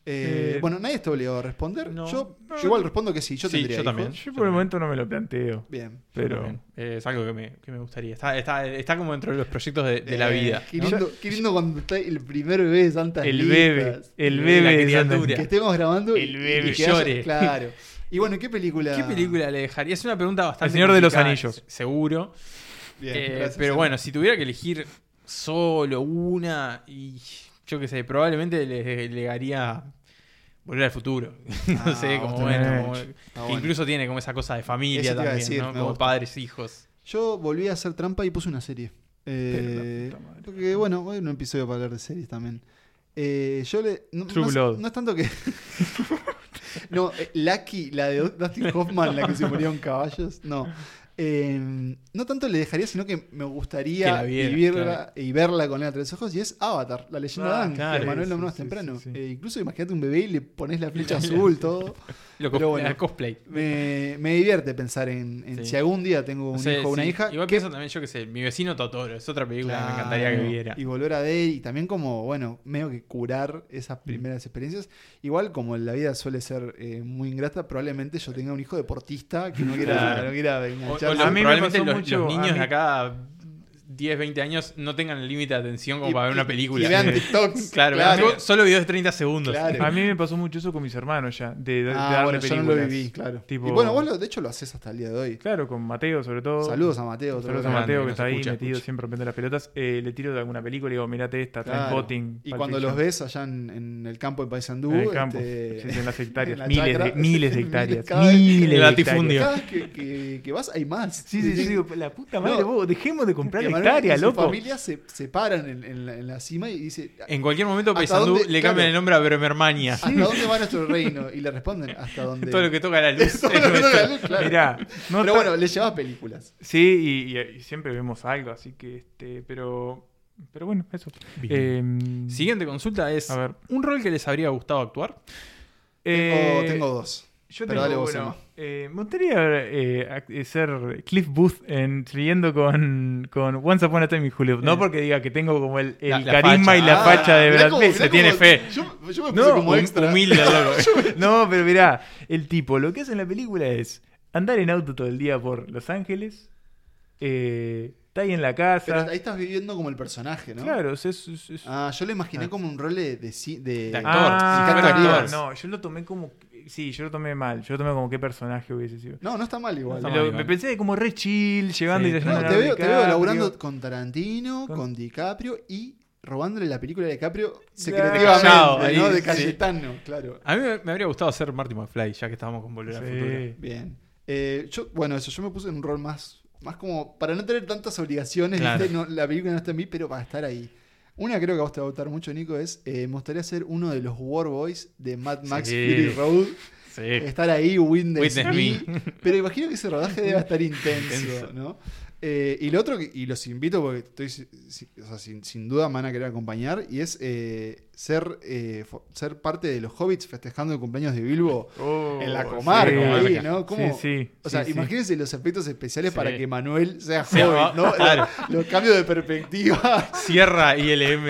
B: Eh,
C: Eh,
B: bueno, nadie está obligado a responder.
A: no.
B: yo,
C: No,
B: yo igual respondo que sí, yo
A: Sí,
B: tendría
A: yo
B: hijos.
A: también.
C: Yo por el momento no me lo planteo,
B: Bien.
C: pero...
A: Eh, es algo que me, que me gustaría. Está, está, está como dentro de los proyectos de, de la
B: Eh,
A: vida.
B: Qué lindo, qué lindo cuando está el primer bebé de Santa
C: El bebé, el bebé
A: La
C: de Santa
A: criatura.
B: que estemos grabando y-
C: El bebé
B: y que haya-
A: llore.
B: claro. Y bueno, ¿qué película?
A: ¿Qué película le dejaría? Es una pregunta bastante.
C: El Señor de los
A: complicada,
C: Anillos.
A: Seguro.
B: Bien,
A: Eh,
B: gracias,
A: pero
B: Sandra.
A: bueno, si tuviera que elegir solo una y yo qué sé, probablemente le llegaría Volver al futuro. no
B: Ah,
A: sé, como
B: vos
A: bueno,
C: tenés.
A: como-
B: Está
A: que
B: bueno.
A: incluso tiene como esa cosa de familia
B: Eso te iba a
A: también,
B: decir,
A: ¿no?
B: me
A: Como
B: gusta.
A: padres, hijos.
B: Yo volví a hacer trampa y puse una serie. Eh,
C: Pero la puta madre.
B: porque bueno, hoy en un episodio para hablar de series también. Eh, yo le. No,
C: True
B: no es-
C: Blood.
B: no es tanto que. no, eh, Lucky, la de Dustin Hoffman, la que se murieron caballos. No. Eh, no tanto le dejaría, sino que me
A: Que
B: gustaría
A: la viera,
B: vivirla
A: claro.
B: y verla con él entre los ojos. Y es Avatar, la leyenda
C: Ah,
B: de Aang,
A: claro,
B: que Manuel
C: sí,
B: nombró más
C: sí,
B: temprano.
C: sí, sí.
B: Eh, incluso imagínate un bebé y le pones la flecha azul, todo.
A: Lo
B: Pero
A: cos-
B: bueno.
A: el cosplay.
B: Me, me divierte pensar en, en
A: Sí.
B: si algún día tengo
A: No
B: un
A: sé,
B: hijo o una
A: sí.
B: hija.
A: Igual pienso también, yo qué sé, mi vecino Totoro, es otra película que me encantaría que
B: Claro.
A: viera.
B: Y volver a ver, y también como, bueno, medio que curar esas
C: Mm.
B: primeras experiencias. Igual como la vida suele ser eh, muy ingrata, probablemente yo tenga un hijo deportista que no quiera,
A: Claro.
B: no quiera
A: O- o
B: engancharse.
A: lo-
C: a mí me
A: probablemente
C: pasó
A: los,
C: mucho,
A: los niños
C: a mí-
A: de acá 10, 20 años no tengan el límite de atención como
B: Y-
A: para ver
B: y-
A: una película.
B: Y vean TikToks.
A: claro,
B: claro.
A: vean solo videos de 30 segundos.
B: Claro.
C: A mí me pasó mucho eso con mis hermanos ya, de, de
B: Ah,
C: darme
B: bueno, yo no lo
C: películas.
B: viví, claro.
C: Tipo-
B: Y bueno, vos lo- de hecho lo haces hasta el día de hoy.
C: Claro, con Mateo sobre todo.
B: Saludos a Mateo. otro
C: Saludos a
A: Grande,
B: grande.
C: Mateo
A: que
C: que
A: nos
C: está ahí
A: escucha,
C: metido
A: escucha.
C: siempre rompiendo las pelotas. Eh, le tiro de alguna película y digo, mirate esta,
B: Claro.
C: Trainspotting.
B: Y
C: Pulp
B: cuando los
C: Fiction".
B: ves allá en, en el campo de Paysandú,
C: En el campo,
B: este,
C: sí, en las hectáreas,
B: en la
C: miles,
B: chacra,
C: de, miles de
B: miles,
C: hectáreas,
B: cada vez-
C: miles de
A: El
C: hectáreas.
A: latifundio.
B: cada vez que, que- que vas hay más.
C: Sí, sí, sí, digo, la puta madre,
B: No.
C: vos, dejemos de comprar
B: Y Emanuel
C: hectáreas,
B: y su
C: loco.
B: familia se, se paran en, en la, en la cima y dice,
A: En cualquier momento
B: ¿Hasta
A: Paysandú
B: dónde?
A: le
B: Claro.
A: cambian el nombre a Bremermania.
B: ¿hasta dónde va nuestro reino? Y le responden, ¿hasta dónde?
A: Todo lo que toca la luz.
B: Todo lo que
A: es nuestro.
B: toca la luz, claro.
C: Mirá, no
B: Pero
C: está-
B: bueno, le llevaba películas.
C: Sí, y, y- y siempre vemos algo, así que este, pero pero bueno, eso. Eh,
A: Siguiente consulta es:
C: A ver.
A: ¿un rol que les habría gustado actuar?
C: Eh,
B: Tengo- Oh, tengo dos.
C: Yo
B: pero
C: tengo
B: dale vos,
C: uno.
B: Emma.
C: Eh, me gustaría eh, ac- eh, ser Cliff Booth en siguiendo con, con Once Upon a Time in Hollywood.
B: Eh.
C: No porque diga que tengo como el, el
A: La- la
C: carisma
A: facha.
C: y la
A: Ah,
C: facha de
B: Mirá
C: Brad
B: cómo-
C: Pitt.
B: mirá
A: se
B: cómo-
A: tiene fe.
B: Yo, yo me puse
A: No,
B: como
A: hum-
B: extra.
A: humilde, loco.
C: No, pero mirá, el tipo, lo que hace en la película es andar en auto todo el día por Los Ángeles, eh, está ahí en la
B: Pero
C: casa.
B: ahí estás viviendo como el personaje, ¿no?
C: Claro, es, es- es- es-
B: Ah, yo lo imaginé
C: Ah.
B: como un rol de... de, ci- de-
A: De actor.
C: Ah,
B: si fuera
C: no,
B: actor.
C: no, yo lo tomé como. Sí, yo lo tomé mal. Yo lo tomé como qué personaje hubiese sido.
B: No, no está mal igual. eh.
A: No
C: Lo-
A: mal, igual.
C: me pensé como re chill, llegando
A: Sí.
C: y
B: No,
C: trayendo
B: te,
C: a
B: veo, te veo
C: DiCaprio.
B: laburando con Tarantino, con,
C: Con-
B: DiCaprio y robándole la película de DiCaprio
A: Callao,
B: secretivamente,
A: ahí,
B: ¿no? De
A: sí.
B: Cayetano, claro.
A: A mí me me habría gustado ser Marty McFly, ya que estábamos con Volver al Futuro.
C: Sí.
B: Bien. Eh, yo, bueno, eso, yo me puse en un rol más, más como para no tener tantas obligaciones,
A: Claro.
B: ¿viste? No, la película no está en mí, pero para estar ahí. Una creo que a vos te va a gustar mucho, Nico, es eh, me gustaría ser uno de los War Boys de Mad Max
A: Sí.
B: Fury Road.
A: Sí.
B: Estar ahí, Windows.
A: Witness me.
B: Pero imagino que ese rodaje debe estar intenso,
A: Intenso.
B: ¿no? Eh, y lo otro, que- y los invito porque estoy, si- si- o sea, sin, sin duda me van a querer acompañar, y es eh, ser, eh, fo- ser parte de los hobbits festejando el cumpleaños de Bilbo
C: Oh,
B: en la
C: sí.
B: comarca, ahí, ¿no?
C: Sí,
B: ¿Cómo-
C: sí.
B: O sea,
C: sí, sí.
B: imagínense los efectos especiales
A: Sí.
B: para que Manuel sea
A: Sea
B: hobbit, ¿no?
A: hobbit, claro.
B: Los cambios de perspectiva.
A: Sierra ILM.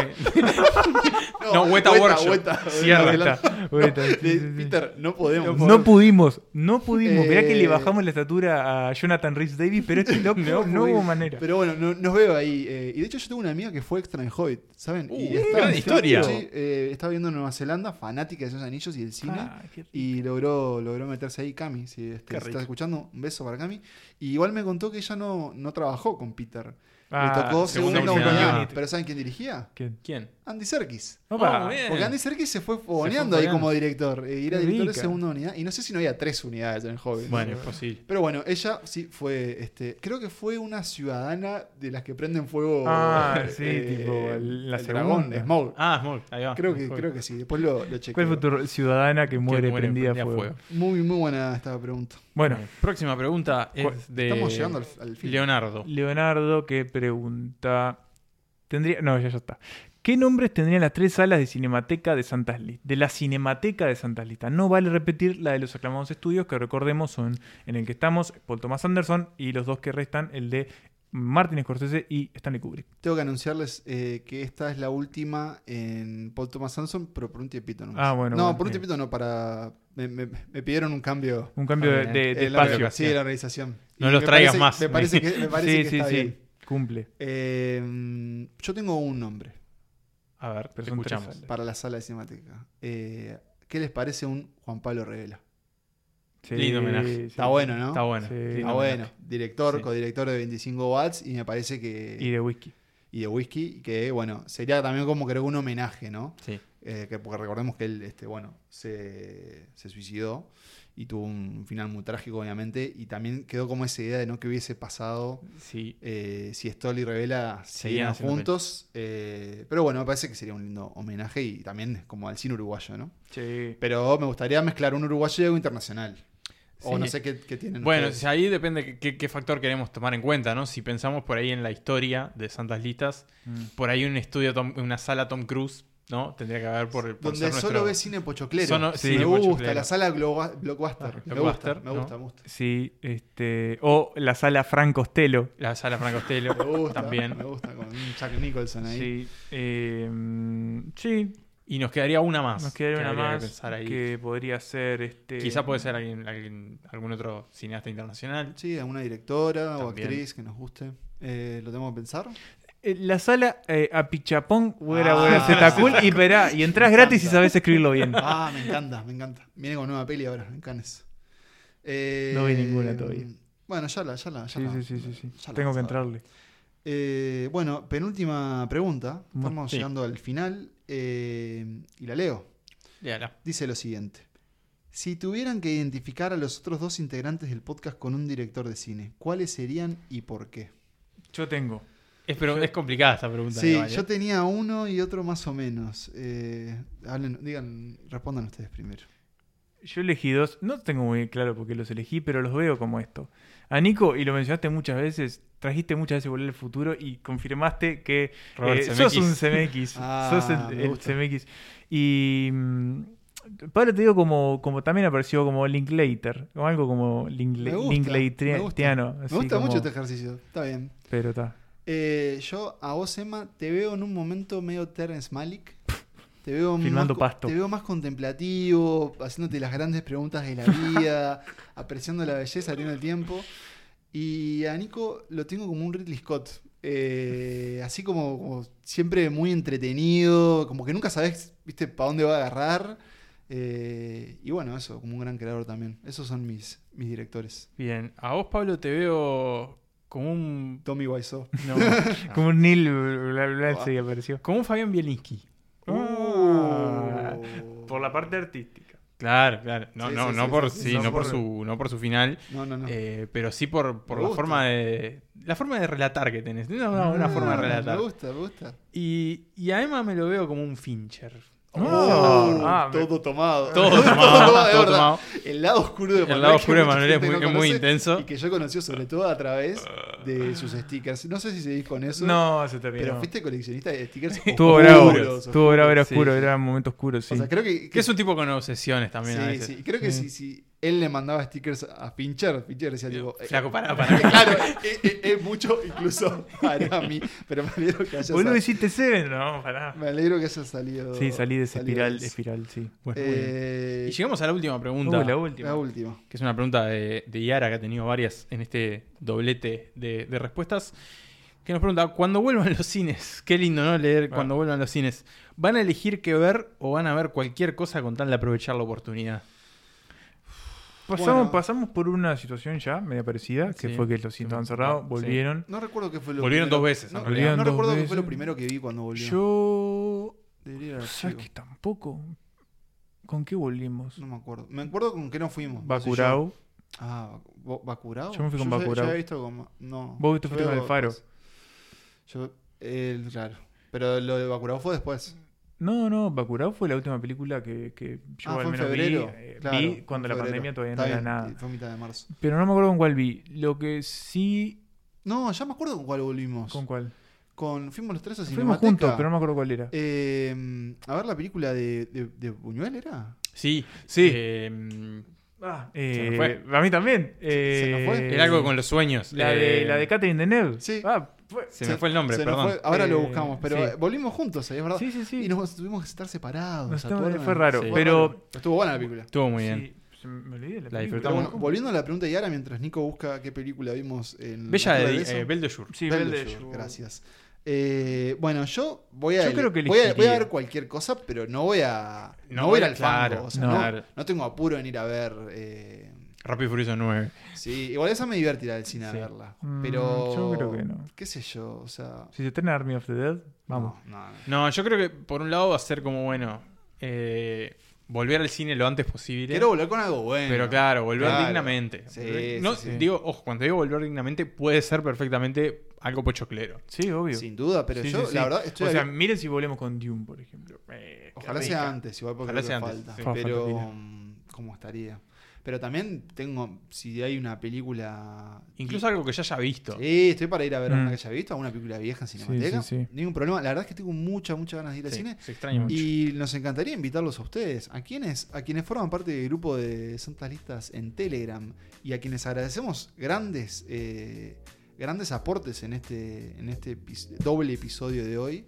A: No, Weta Workshop. Cierra.
B: Adelante.
C: Está, ahorita, sí,
B: De-
C: sí, sí.
B: Peter, no podemos.
C: No pudimos, no pudimos. Mirá que
B: Eh,
C: le bajamos la estatura a Jonathan Rhys Davis, pero este loco no, hubo
B: pudimos.
C: manera.
B: Pero bueno, no- nos veo ahí. eh, y de hecho, yo tengo una amiga que fue extra en Hobbit, ¿saben?
A: Uh,
B: y
A: gran historia.
B: Sí, eh, estaba viendo en Nueva Zelanda, fanática de esos anillos y del cine.
C: Ah, qué-
B: Y logró, logró meterse ahí Cami, si este,
A: Qué
B: si
A: rico.
B: estás escuchando, un beso para Cami. Y igual me contó que ella no, no trabajó con Peter.
C: Ah,
B: Le tocó
A: segunda
B: segunda
A: oportunidad.
B: opinión. Pero ¿saben quién dirigía?
C: ¿Quién?
A: ¿Quién?
B: Andy Serkis.
C: Opa.
A: Oh, bien.
B: Porque Andy Serkis se fue fogoneando ahí
A: fogoneando.
B: como director. eh, Y era
C: Qué
B: director de
C: rica.
B: segunda unidad. Y no sé si no había tres unidades en el Hobbit.
A: Bueno,
B: ¿no?
A: es posible.
B: Pero bueno, ella sí fue, este, creo que fue una ciudadana de las que prenden fuego. eh,
C: Ah, sí, tipo, la
B: el dragón,
C: segunda.
B: Smaug.
A: Ah, Small, ahí va.
B: creo, que,
A: Small.
B: creo que sí, después lo, lo chequeo.
C: ¿Cuál fue tu ro- ciudadana que
A: Que
C: muere, prendida, a fuego?
B: Muy, muy buena esta pregunta.
C: Bueno,
A: Próxima pregunta es de
B: Estamos llegando al, al fin.
A: Leonardo.
C: Leonardo que pregunta. Tendría. No, ya, ya está. ¿Qué nombres tendrían las tres salas de Cinemateca de Santas Listas? De la Cinemateca de Santas Listas. No vale repetir la de los aclamados estudios, que recordemos son en el que estamos Paul Thomas Anderson y los dos que restan, el de Martin Scorsese y Stanley Kubrick.
B: Tengo que anunciarles eh, que esta es la última en Paul Thomas Sanson, pero por un tiempito no.
C: Ah, bueno,
B: No,
C: bueno,
B: por un
C: bien.
B: tiempito no, para. Me, me- me pidieron un cambio.
C: Un cambio de, de- de
B: en Eh, la
C: espacio.
B: orga- sí, de la organización.
A: No
B: Y
A: los
B: me
A: traigas
B: parece-
A: más.
B: Me parece que, me parece
C: sí,
B: que
C: sí,
B: está
C: sí.
B: bien.
C: Cumple.
B: Eh, yo tengo un nombre
A: A ver,
C: Pero
A: te
C: son tres
A: escuchamos.
C: salas.
B: para la sala de cinemateca. Eh, ¿Qué les parece un Juan Pablo Revela?
C: Sí,
A: Lindo homenaje.
C: sí,
B: Está
C: sí.
B: bueno, ¿no?
A: Está bueno.
B: Ah,
C: Sí.
A: lindo
B: Está
C: no,
B: bueno. Director,
A: Sí.
B: codirector de 25 watts y me parece que...
C: Y de whisky.
B: y de whisky, que bueno, sería también como creo un homenaje, ¿no?
A: Sí.
B: Eh, que, porque recordemos que él, este, bueno, se, se suicidó y tuvo un final muy trágico, obviamente, y también quedó como esa idea de no que hubiese pasado
A: Sí.
B: eh, si Stoll y Revela
A: Seguían
B: seguían
A: haciendo
B: juntos. eh, pero bueno, me parece que sería un lindo homenaje y también como al cine uruguayo, ¿no?
C: Sí.
B: Pero me gustaría mezclar un uruguayo y algo internacional. O
A: Sí.
B: no sé qué, qué tienen.
A: Bueno,
B: ustedes.
A: si ahí depende qué- qué, qué factor queremos tomar en cuenta, ¿no? Si pensamos por ahí en la historia de Santas Listas, por ahí un estudio, Tom- una sala Tom Cruise, ¿no? Tendría que haber por, por
B: donde
A: ser
B: solo
A: nuestro-
B: ve cine pochoclero.
A: Solo- sí,
B: me gusta,
A: pochoclero.
B: la sala globa- blockbuster.
A: Ah,
B: me
A: blockbuster,
B: gusta, me
A: ¿no?
B: gusta, me gusta.
C: Sí, este. O la sala Fran Costello.
A: La sala Franco Costello
B: Me gusta,
A: también.
B: me gusta con un Jack Nicholson ahí.
C: Sí. eh, sí,
A: Y nos quedaría una más.
C: nos queda
A: que
C: una
A: habría que
C: más
A: pensar ahí.
C: que podría ser este.
A: Quizá puede ser alguien, alguien- algún otro cineasta internacional.
B: Sí, alguna directora o
A: También.
B: actriz que nos guste. Eh, ¿Lo tenemos que pensar?
C: Eh, La sala eh, a Pichapón, güera,
B: Ah.
C: güera, Zeta cool, y verá, y entras
B: Me
C: gratis y
B: encanta.
C: sabes escribirlo bien.
B: Ah, me encanta, me encanta. Viene con nueva peli ahora, en Cannes. Eh,
C: No vi ninguna todavía.
B: Bueno, ya la, ya la, ya
C: Sí,
B: la-
C: sí, sí, sí, sí.
B: ya la vamos
C: Tengo que
B: a ver.
C: entrarle.
B: Eh, bueno, penúltima pregunta.
C: Bueno,
B: Estamos
A: sí.
B: llegando al final. eh, y la leo.
A: Léala.
B: Dice lo siguiente. Si tuvieran que identificar a los otros dos integrantes del podcast con un director de cine, ¿cuáles serían y por qué?
C: Yo tengo.
A: Es, pero, es complicada esta pregunta.
B: Sí,
A: Iván, ¿eh?
B: yo tenía uno y otro más o menos. Eh, hablen, digan, respondan ustedes primero.
C: Yo elegí dos, no tengo muy claro por qué los elegí, pero los veo como esto. A Nico, y lo mencionaste muchas veces, trajiste muchas veces Volver al Futuro y confirmaste que
A: Robert
C: eh,
A: Zemeckis.
C: sos un CMX.
B: Ah,
C: sos el,
B: me
C: el
B: gusta.
C: CMX. Y mm, Pablo te digo como, como también apareció como Linklater, o algo como
B: Me
C: Linkla-
B: gusta, me gusta.
C: Linklateriano.
B: Me
C: así
B: gusta
C: como-
B: mucho este ejercicio, está bien.
C: Pero está.
B: Eh, yo a vos, Emma, te veo en un momento medio Terence Malick. Te veo más
C: Filmando
B: co-
C: pasto.
B: Te veo más contemplativo, haciéndote las grandes preguntas de la vida, apreciando la belleza, teniendo el tiempo. Y a Nico lo tengo como un Ridley Scott. Eh, así como, como siempre muy entretenido, como que nunca sabes, viste, para dónde va a agarrar. Eh, y bueno, eso, como un gran creador también. Esos son mis, mis directores.
A: Bien. A vos, Pablo, te veo como un.
B: Tommy Wiseau.
A: no,
C: Como un Neil, bla, bla, bla,
B: Ah.
C: sí, apareció.
A: como un Fabián Bielinski.
B: Uh.
A: Uh.
C: Ah. Por la parte artística.
A: Claro, claro. No,
B: Sí,
A: no,
B: sí,
A: no
B: sí,
A: por,
B: sí,
A: sí,
B: sí,
C: no
A: no, por
C: por-
A: su, no por su final,
B: No, no, no.
A: eh, pero sí por, por
B: Me
A: la
B: gusta.
A: forma de. La forma de relatar que tenés. Tenés una, una
B: Ah,
A: forma de relatar.
B: Me gusta, me gusta.
A: Y, y a Emma me lo veo como un Fincher.
C: Oh,
B: Oh,
C: ah, me-
B: todo tomado.
A: Todo tomado,
B: de
A: todo
B: verdad.
A: tomado.
B: El lado oscuro de
A: El
B: Manuel.
A: lado
B: que
A: oscuro de
B: mucha
A: Manuel es
B: gente
A: muy-
B: no
A: es muy
B: conoce
A: intenso.
B: Y que yo conoció sobre todo a través de sus stickers. No sé si seguís con eso.
C: No, se terminó.
B: Pero fuiste coleccionista de stickers.
C: Estuvo
B: oscuros,
C: bravo,
B: oscuros.
C: estuvo bravo, era
A: Sí,
C: oscuro,
A: sí.
C: era un momento oscuro, sí.
B: O sea, creo que.
A: Que es un tipo con obsesiones también a
B: sí,
A: veces.
B: sí. Y creo que
C: Sí.
B: si, si él le mandaba stickers a Pincher, Pincher decía, tipo. eh,
A: Flaco, pará,
B: eh,
A: pará.
B: Claro, es, es- es mucho incluso para mí. Pero me alegro que haya
C: Boludo,
B: sal-
C: hiciste Seven, no, pará.
B: Me alegro que haya salido.
C: Sí, salí de esa
B: salido
C: espiral,
B: eso.
C: espiral, sí.
A: Bueno, muy bien.
B: Eh,
A: y llegamos a la última pregunta.
C: Uh, la última.
B: La última.
A: que es una pregunta de, de Yara que ha tenido varias en este doblete de, de respuestas, que nos pregunta, cuando vuelvan los cines, qué lindo, ¿no? Leer
C: Ah.
A: cuando vuelvan los cines, ¿van a elegir qué ver o van a ver cualquier cosa con tal de aprovechar la oportunidad?
C: Pasamos,
B: Bueno.
C: pasamos por una situación ya media parecida, que
A: Sí.
C: fue que los cines estaban cerrados,
A: Sí.
C: volvieron.
B: No recuerdo qué fue lo
A: Volvieron
B: primero-
A: dos veces, en
B: No,
A: realidad.
B: no
C: Volvieron
B: recuerdo
C: dos
B: qué fue lo
C: veces.
B: primero que vi cuando volvió.
C: Yo.
B: Debería ir al
C: ¿Sabes
B: archivo.
C: que tampoco? ¿Con qué volvimos?
B: No me acuerdo. Me acuerdo con qué no fuimos.
C: Bacurau.
B: No sé yo. Ah, Bac- Bacurau.
C: Yo me fui con
B: fe-
C: Bacurau.
B: Yo había visto con. No.
C: Vos te
B: yo
C: fuiste con
B: veo-
C: Alfaro.
B: Yo. eh, claro. Pero lo de Bacurau fue después.
C: No, no, Bacurau fue la última película que, que yo
B: ah,
C: al
B: fue en
C: menos vi,
B: febrero.
C: eh, vi,
B: claro, fue
C: cuando
B: en
C: la
B: febrero.
C: pandemia todavía
B: Está
C: no era
B: bien,
C: nada.
B: Fue mitad de marzo.
C: Pero no me acuerdo con cuál vi. Lo que sí.
B: No, ya me acuerdo con cuál volvimos.
C: ¿Con
B: Con,
C: cuál?
B: fuimos los tres a
C: Fuimos
B: Cinemateca.
C: juntos, pero no me acuerdo cuál era.
B: Eh, a ver la película de, de, de Buñuel, ¿era?
A: Sí,
C: Sí.
A: eh,
C: Ah,
A: se
C: eh,
A: nos fue.
C: a mí también. Eh,
B: se nos fue.
A: era algo con los sueños.
C: La
A: eh,
C: de, la de Catherine Deneuve.
B: Sí.
C: Ah, fue-
A: Se me fue el nombre,
B: se nos
A: perdón.
B: fue. ah. Ahora lo
C: Eh,
B: buscamos, pero
C: sí.
B: eh, volvimos juntos, ahí, es verdad.
C: Sí, sí, sí.
B: Y nos tuvimos que estar separados.
C: Nos
B: ¿se
C: estamos-
B: acuerdan?
C: fue raro,
A: Sí.
C: pero-
B: Fue raro. Estuvo buena la película.
A: Estuvo muy bien.
C: Sí, se me olvidé la,
A: La
C: película.
B: Pero bueno,
A: disfrutamos.
B: volviendo a la pregunta de Yara, mientras Nico busca qué película vimos en. la
A: Bella de,
B: naturaleza.
A: eh, Belle de Jour.
C: Sí,
B: Belle
C: Belle
B: de
C: de
B: Jour,
C: Jour.
B: Gracias. Eh, bueno, yo voy a,
C: Yo creo que
B: voy, a, voy a
C: elegiría.
B: ver cualquier cosa, pero no voy a. No,
A: No
B: voy a
A: voy
B: ir
A: a-
B: al fango.
A: claro,
B: o sea,
A: no.
B: no,
A: Claro.
B: no tengo apuro en ir a ver. eh,
A: Rápido y Furioso 9.
B: Sí, igual esa me divertirá ir al cine a
A: Sí.
B: verla.
C: Mm,
B: Pero.
C: yo creo que no.
B: ¿Qué sé yo? O sea.
C: Si se estrena Army of the Dead, vamos.
B: No, no, no.
A: No, yo creo que por un lado va a ser como, bueno, eh, volver al cine lo antes posible.
B: Quiero volver con algo bueno.
A: pero claro, volver
B: Claro.
A: dignamente.
B: Sí,
A: no,
B: sí, sí.
A: Digo, ojo, cuando digo volver dignamente, puede ser perfectamente algo pochoclero.
C: Sí, obvio.
B: Sin duda, pero
C: Sí,
B: yo,
C: sí, sí.
B: la verdad, estoy.
C: O sea,
B: abri-
C: miren si volvemos con Dune, por ejemplo. Eh, qué
B: Ojalá
C: rica.
B: sea antes, igual porque
A: Ojalá
B: creo que
A: sea antes,
B: falta.
A: sí.
C: Fa-
B: Pero.
C: falta
B: mm, ¿Cómo estaría? Pero también tengo. Si hay una película.
A: Incluso algo que ya haya visto.
B: Sí, estoy para ir a ver
C: Mm.
B: una que haya visto, una película vieja en Cinemateca.
C: sí, sí.
B: Ningún problema. La verdad es que tengo muchas, muchas ganas de ir al
A: Sí,
B: cine.
A: se extraña mucho.
B: Y nos encantaría invitarlos a ustedes, a quienes, a quienes forman parte del grupo de Santas Listas en Telegram y a quienes agradecemos grandes, eh, grandes aportes en este, en este epi- doble episodio de hoy.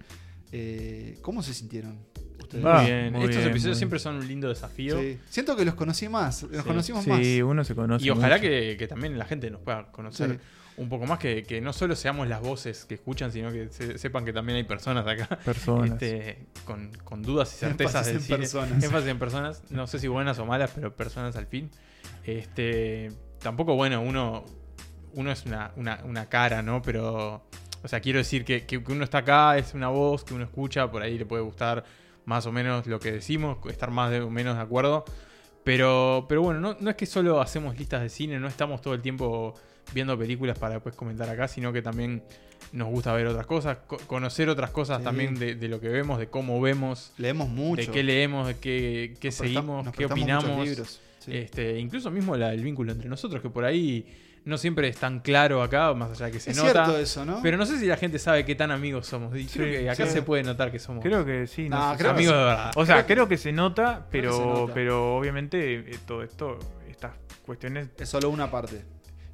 B: Eh, ¿Cómo se sintieron ustedes?
A: Muy
C: Ah,
A: bien.
C: muy
A: Estos
C: bien, muy bien.
A: episodios siempre son un lindo desafío.
B: Sí. Siento que los conocí más, los
A: Sí.
B: conocimos más.
C: Sí, uno se conoce.
A: Y ojalá
C: mucho.
A: que, que también la gente nos pueda conocer
B: Sí.
A: un poco más, que, que no solo seamos las voces que escuchan, sino que se- sepan que también hay personas acá
C: Personas.
A: este, con, con dudas y certezas
B: Énfasis
A: del
B: en
A: cine.
B: personas.
A: Énfasis en personas, no sé si buenas o malas, pero personas al fin. Este, tampoco, bueno, uno, uno es una, una- una cara, ¿no? Pero, o sea, quiero decir que, que que uno está acá, es una voz que uno escucha, por ahí le puede gustar más o menos lo que decimos, estar más de- o menos de acuerdo. Pero, pero bueno, no, no es que solo hacemos listas de cine, no estamos todo el tiempo viendo películas para después comentar acá, sino que también nos gusta ver otras cosas, co- conocer otras cosas
B: Sí.
A: también de, de lo que vemos, de cómo vemos,
B: Leemos mucho.
A: de qué leemos, de qué, qué
B: Nos presta-
A: seguimos,
B: nos
A: qué
B: prestamos muchos
A: opinamos.
B: libros. Sí.
A: Este, incluso mismo la, el vínculo entre nosotros, que por ahí no siempre es tan claro acá, más allá de que se
B: es
A: nota.
B: cierto eso, ¿no?
A: Pero no sé si la gente sabe qué tan amigos somos. Y creo
C: Sí,
A: que acá
C: sí.
A: se puede notar que somos
C: Creo que sí.
B: No,
C: sé,
B: creo que
A: amigos de verdad.
C: O sea, creo que se nota,
B: Creo que
C: pero,
B: se nota.
C: pero obviamente eh, todo esto, estas cuestiones.
B: Es solo una parte.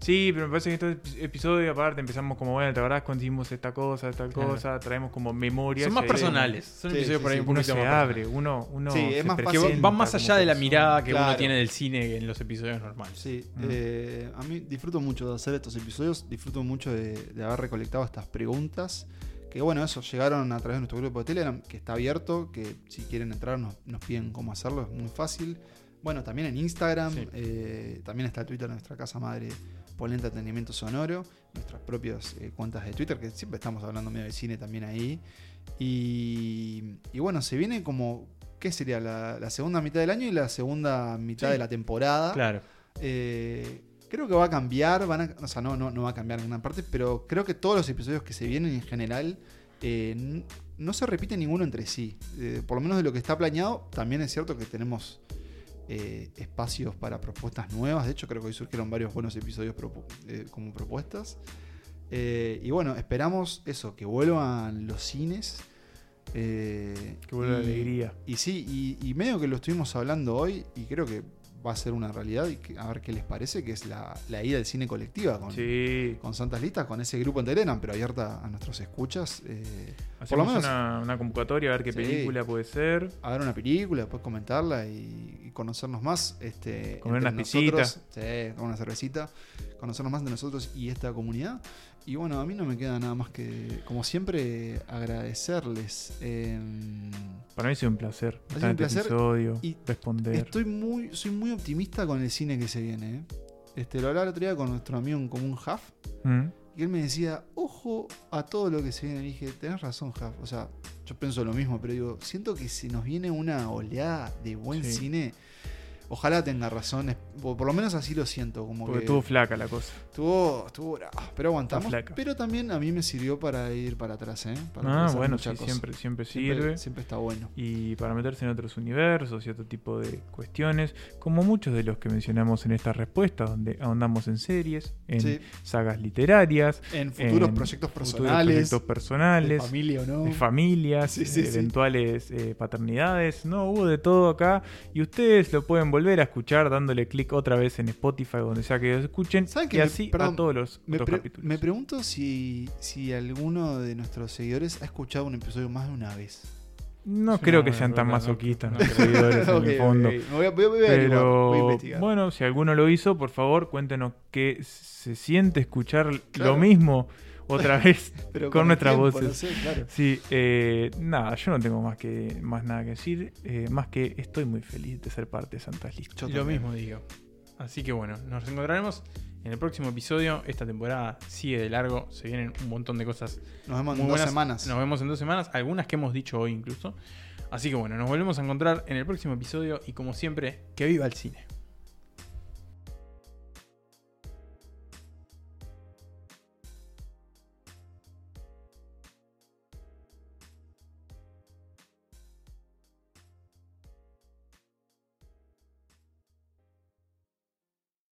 C: Sí, pero me parece que estos ep- episodios, aparte, empezamos como, bueno, ¿te acordás cuando hicimos esta cosa, esta
A: Claro.
C: cosa? Traemos como memorias.
A: son más
C: y ahí
A: personales. Son
B: Sí,
A: episodios
B: sí,
A: por ahí
B: sí.
A: un
C: Uno
A: poquito
C: se
A: más
C: abre, uno, uno
B: Sí, es
C: se
B: más fácil.
A: personales. Que
C: presenta
A: van más allá
C: como
A: de la
C: persona.
A: mirada que uno
B: Claro.
A: tiene del cine que en los episodios normales.
B: Sí,
C: Mm.
B: eh, a mí disfruto mucho de hacer estos episodios, disfruto mucho de, de haber recolectado estas preguntas, que bueno, eso llegaron a través de nuestro grupo de Telegram, que está abierto, que si quieren entrar nos, nos piden cómo hacerlo, es muy fácil. Bueno, también en Instagram,
A: Sí.
B: eh, también está el Twitter de nuestra casa madre, Polenta Entendimiento Sonoro, nuestras propias eh, cuentas de Twitter, que siempre estamos hablando medio de cine también ahí. Y, y bueno, se viene como, ¿qué sería? La, la segunda mitad del año y la segunda mitad
A: Sí.
B: de la temporada.
A: Claro.
B: Eh, creo que va a cambiar, van a- o sea, no, no, no va a cambiar en gran parte, pero creo que todos los episodios que se vienen en general eh, n- no se repite ninguno entre sí. Eh, por lo menos de lo que está planeado, también es cierto que tenemos eh, espacios para propuestas nuevas. De hecho, creo que hoy surgieron varios buenos episodios propu- eh, como propuestas. Eh, y bueno, esperamos eso, que vuelvan los cines. eh,
C: Que vuelva la
B: y-
C: alegría.
B: y sí, y, y medio que lo estuvimos hablando hoy, y creo que va a ser una realidad, y que- a ver qué les parece, que es la, la ida al cine colectiva con,
C: Sí.
B: con Santas Listas, con ese grupo en Telegram, pero abierta a nuestros escuchas. eh,
C: Hacemos
B: por lo menos
C: una, una convocatoria a ver qué
B: Sí.
C: película puede ser.
B: a ver una película, después comentarla y, y conocernos más. Este,
C: Comer
B: entre
C: unas
B: nosotros. Sí, tomar una cervecita. Conocernos más de nosotros y esta comunidad. Y bueno, a mí no me queda nada más que, como siempre, agradecerles. em,
C: Para mí ha sido un placer.
B: sido
C: estar en
B: un
C: este
B: placer
C: episodio,
B: y
C: responder.
B: Estoy muy, soy muy optimista con el cine que se viene. ¿eh? Este, lo hablaba el otro día con nuestro amigo en común, Huff,
C: Mm.
B: y él me decía, ojo a todo lo que se viene. Y dije, tenés razón, Huff. O sea, yo pienso lo mismo, pero digo, siento que se nos viene una oleada de buen
C: Sí.
B: cine. Ojalá tenga razón, es- o por lo menos así lo siento. Como
C: Porque
B: que
C: estuvo flaca la cosa.
B: estuvo, estuvo bravo, pero aguantamos.
C: flaca.
B: Pero también a mí me sirvió para ir para atrás, ¿eh? Para
C: Ah,
B: pensar
C: bueno,
B: mucha
C: sí,
B: cosa.
C: siempre, siempre
B: Siempre-
C: sirve.
B: siempre está bueno.
C: Y para meterse en otros universos y otro tipo de cuestiones, como muchos de los que mencionamos en esta respuesta, donde ahondamos en series, en
B: Sí.
C: sagas literarias,
B: En futuros
C: en
B: proyectos
C: futuros
B: personales,
C: proyectos
B: de
C: personales,
B: familia o no.
C: de familias,
B: Sí, sí, sí.
C: eventuales eh, paternidades, no hubo de todo acá. Y ustedes lo pueden volver a escuchar dándole clic otra vez en Spotify, donde sea que lo escuchen,
B: ¿Saben que
C: y
B: me-
C: así
B: perdón,
C: a todos los
B: Me,
C: otros
B: pre-
C: capítulos.
B: me pregunto si, si alguno de nuestros seguidores ha escuchado un episodio más de una vez.
C: no
A: Es
C: creo
A: una
C: que
A: buena
C: sean tan
A: pregunta, no-
C: masoquistas
A: no
C: los
A: creo.
C: seguidores en
B: Ok,
C: el fondo.
B: ok. Me voy a, voy a- voy a averiguar, voy a
C: Pero
B: investigar.
C: bueno, si alguno lo hizo, por favor, cuéntenos que se siente escuchar
B: Claro.
C: lo mismo otra vez
B: Pero
C: con,
B: el
C: nuestras
B: tiempo,
C: voces.
B: no sé, claro.
C: Sí, eh, nada, yo no tengo más que más nada que decir, eh, más que estoy muy feliz de ser parte de Santas Listas.
B: Yo
A: Lo
B: también.
A: mismo digo. Así que bueno, nos encontraremos en el próximo episodio. Esta temporada sigue de largo, se vienen un montón de cosas
B: Nos vemos
A: muy
B: en dos
A: buenas.
B: semanas.
A: Nos vemos en dos semanas, algunas que hemos dicho hoy incluso. Así que bueno, nos volvemos a encontrar en el próximo episodio y como siempre, que viva el cine.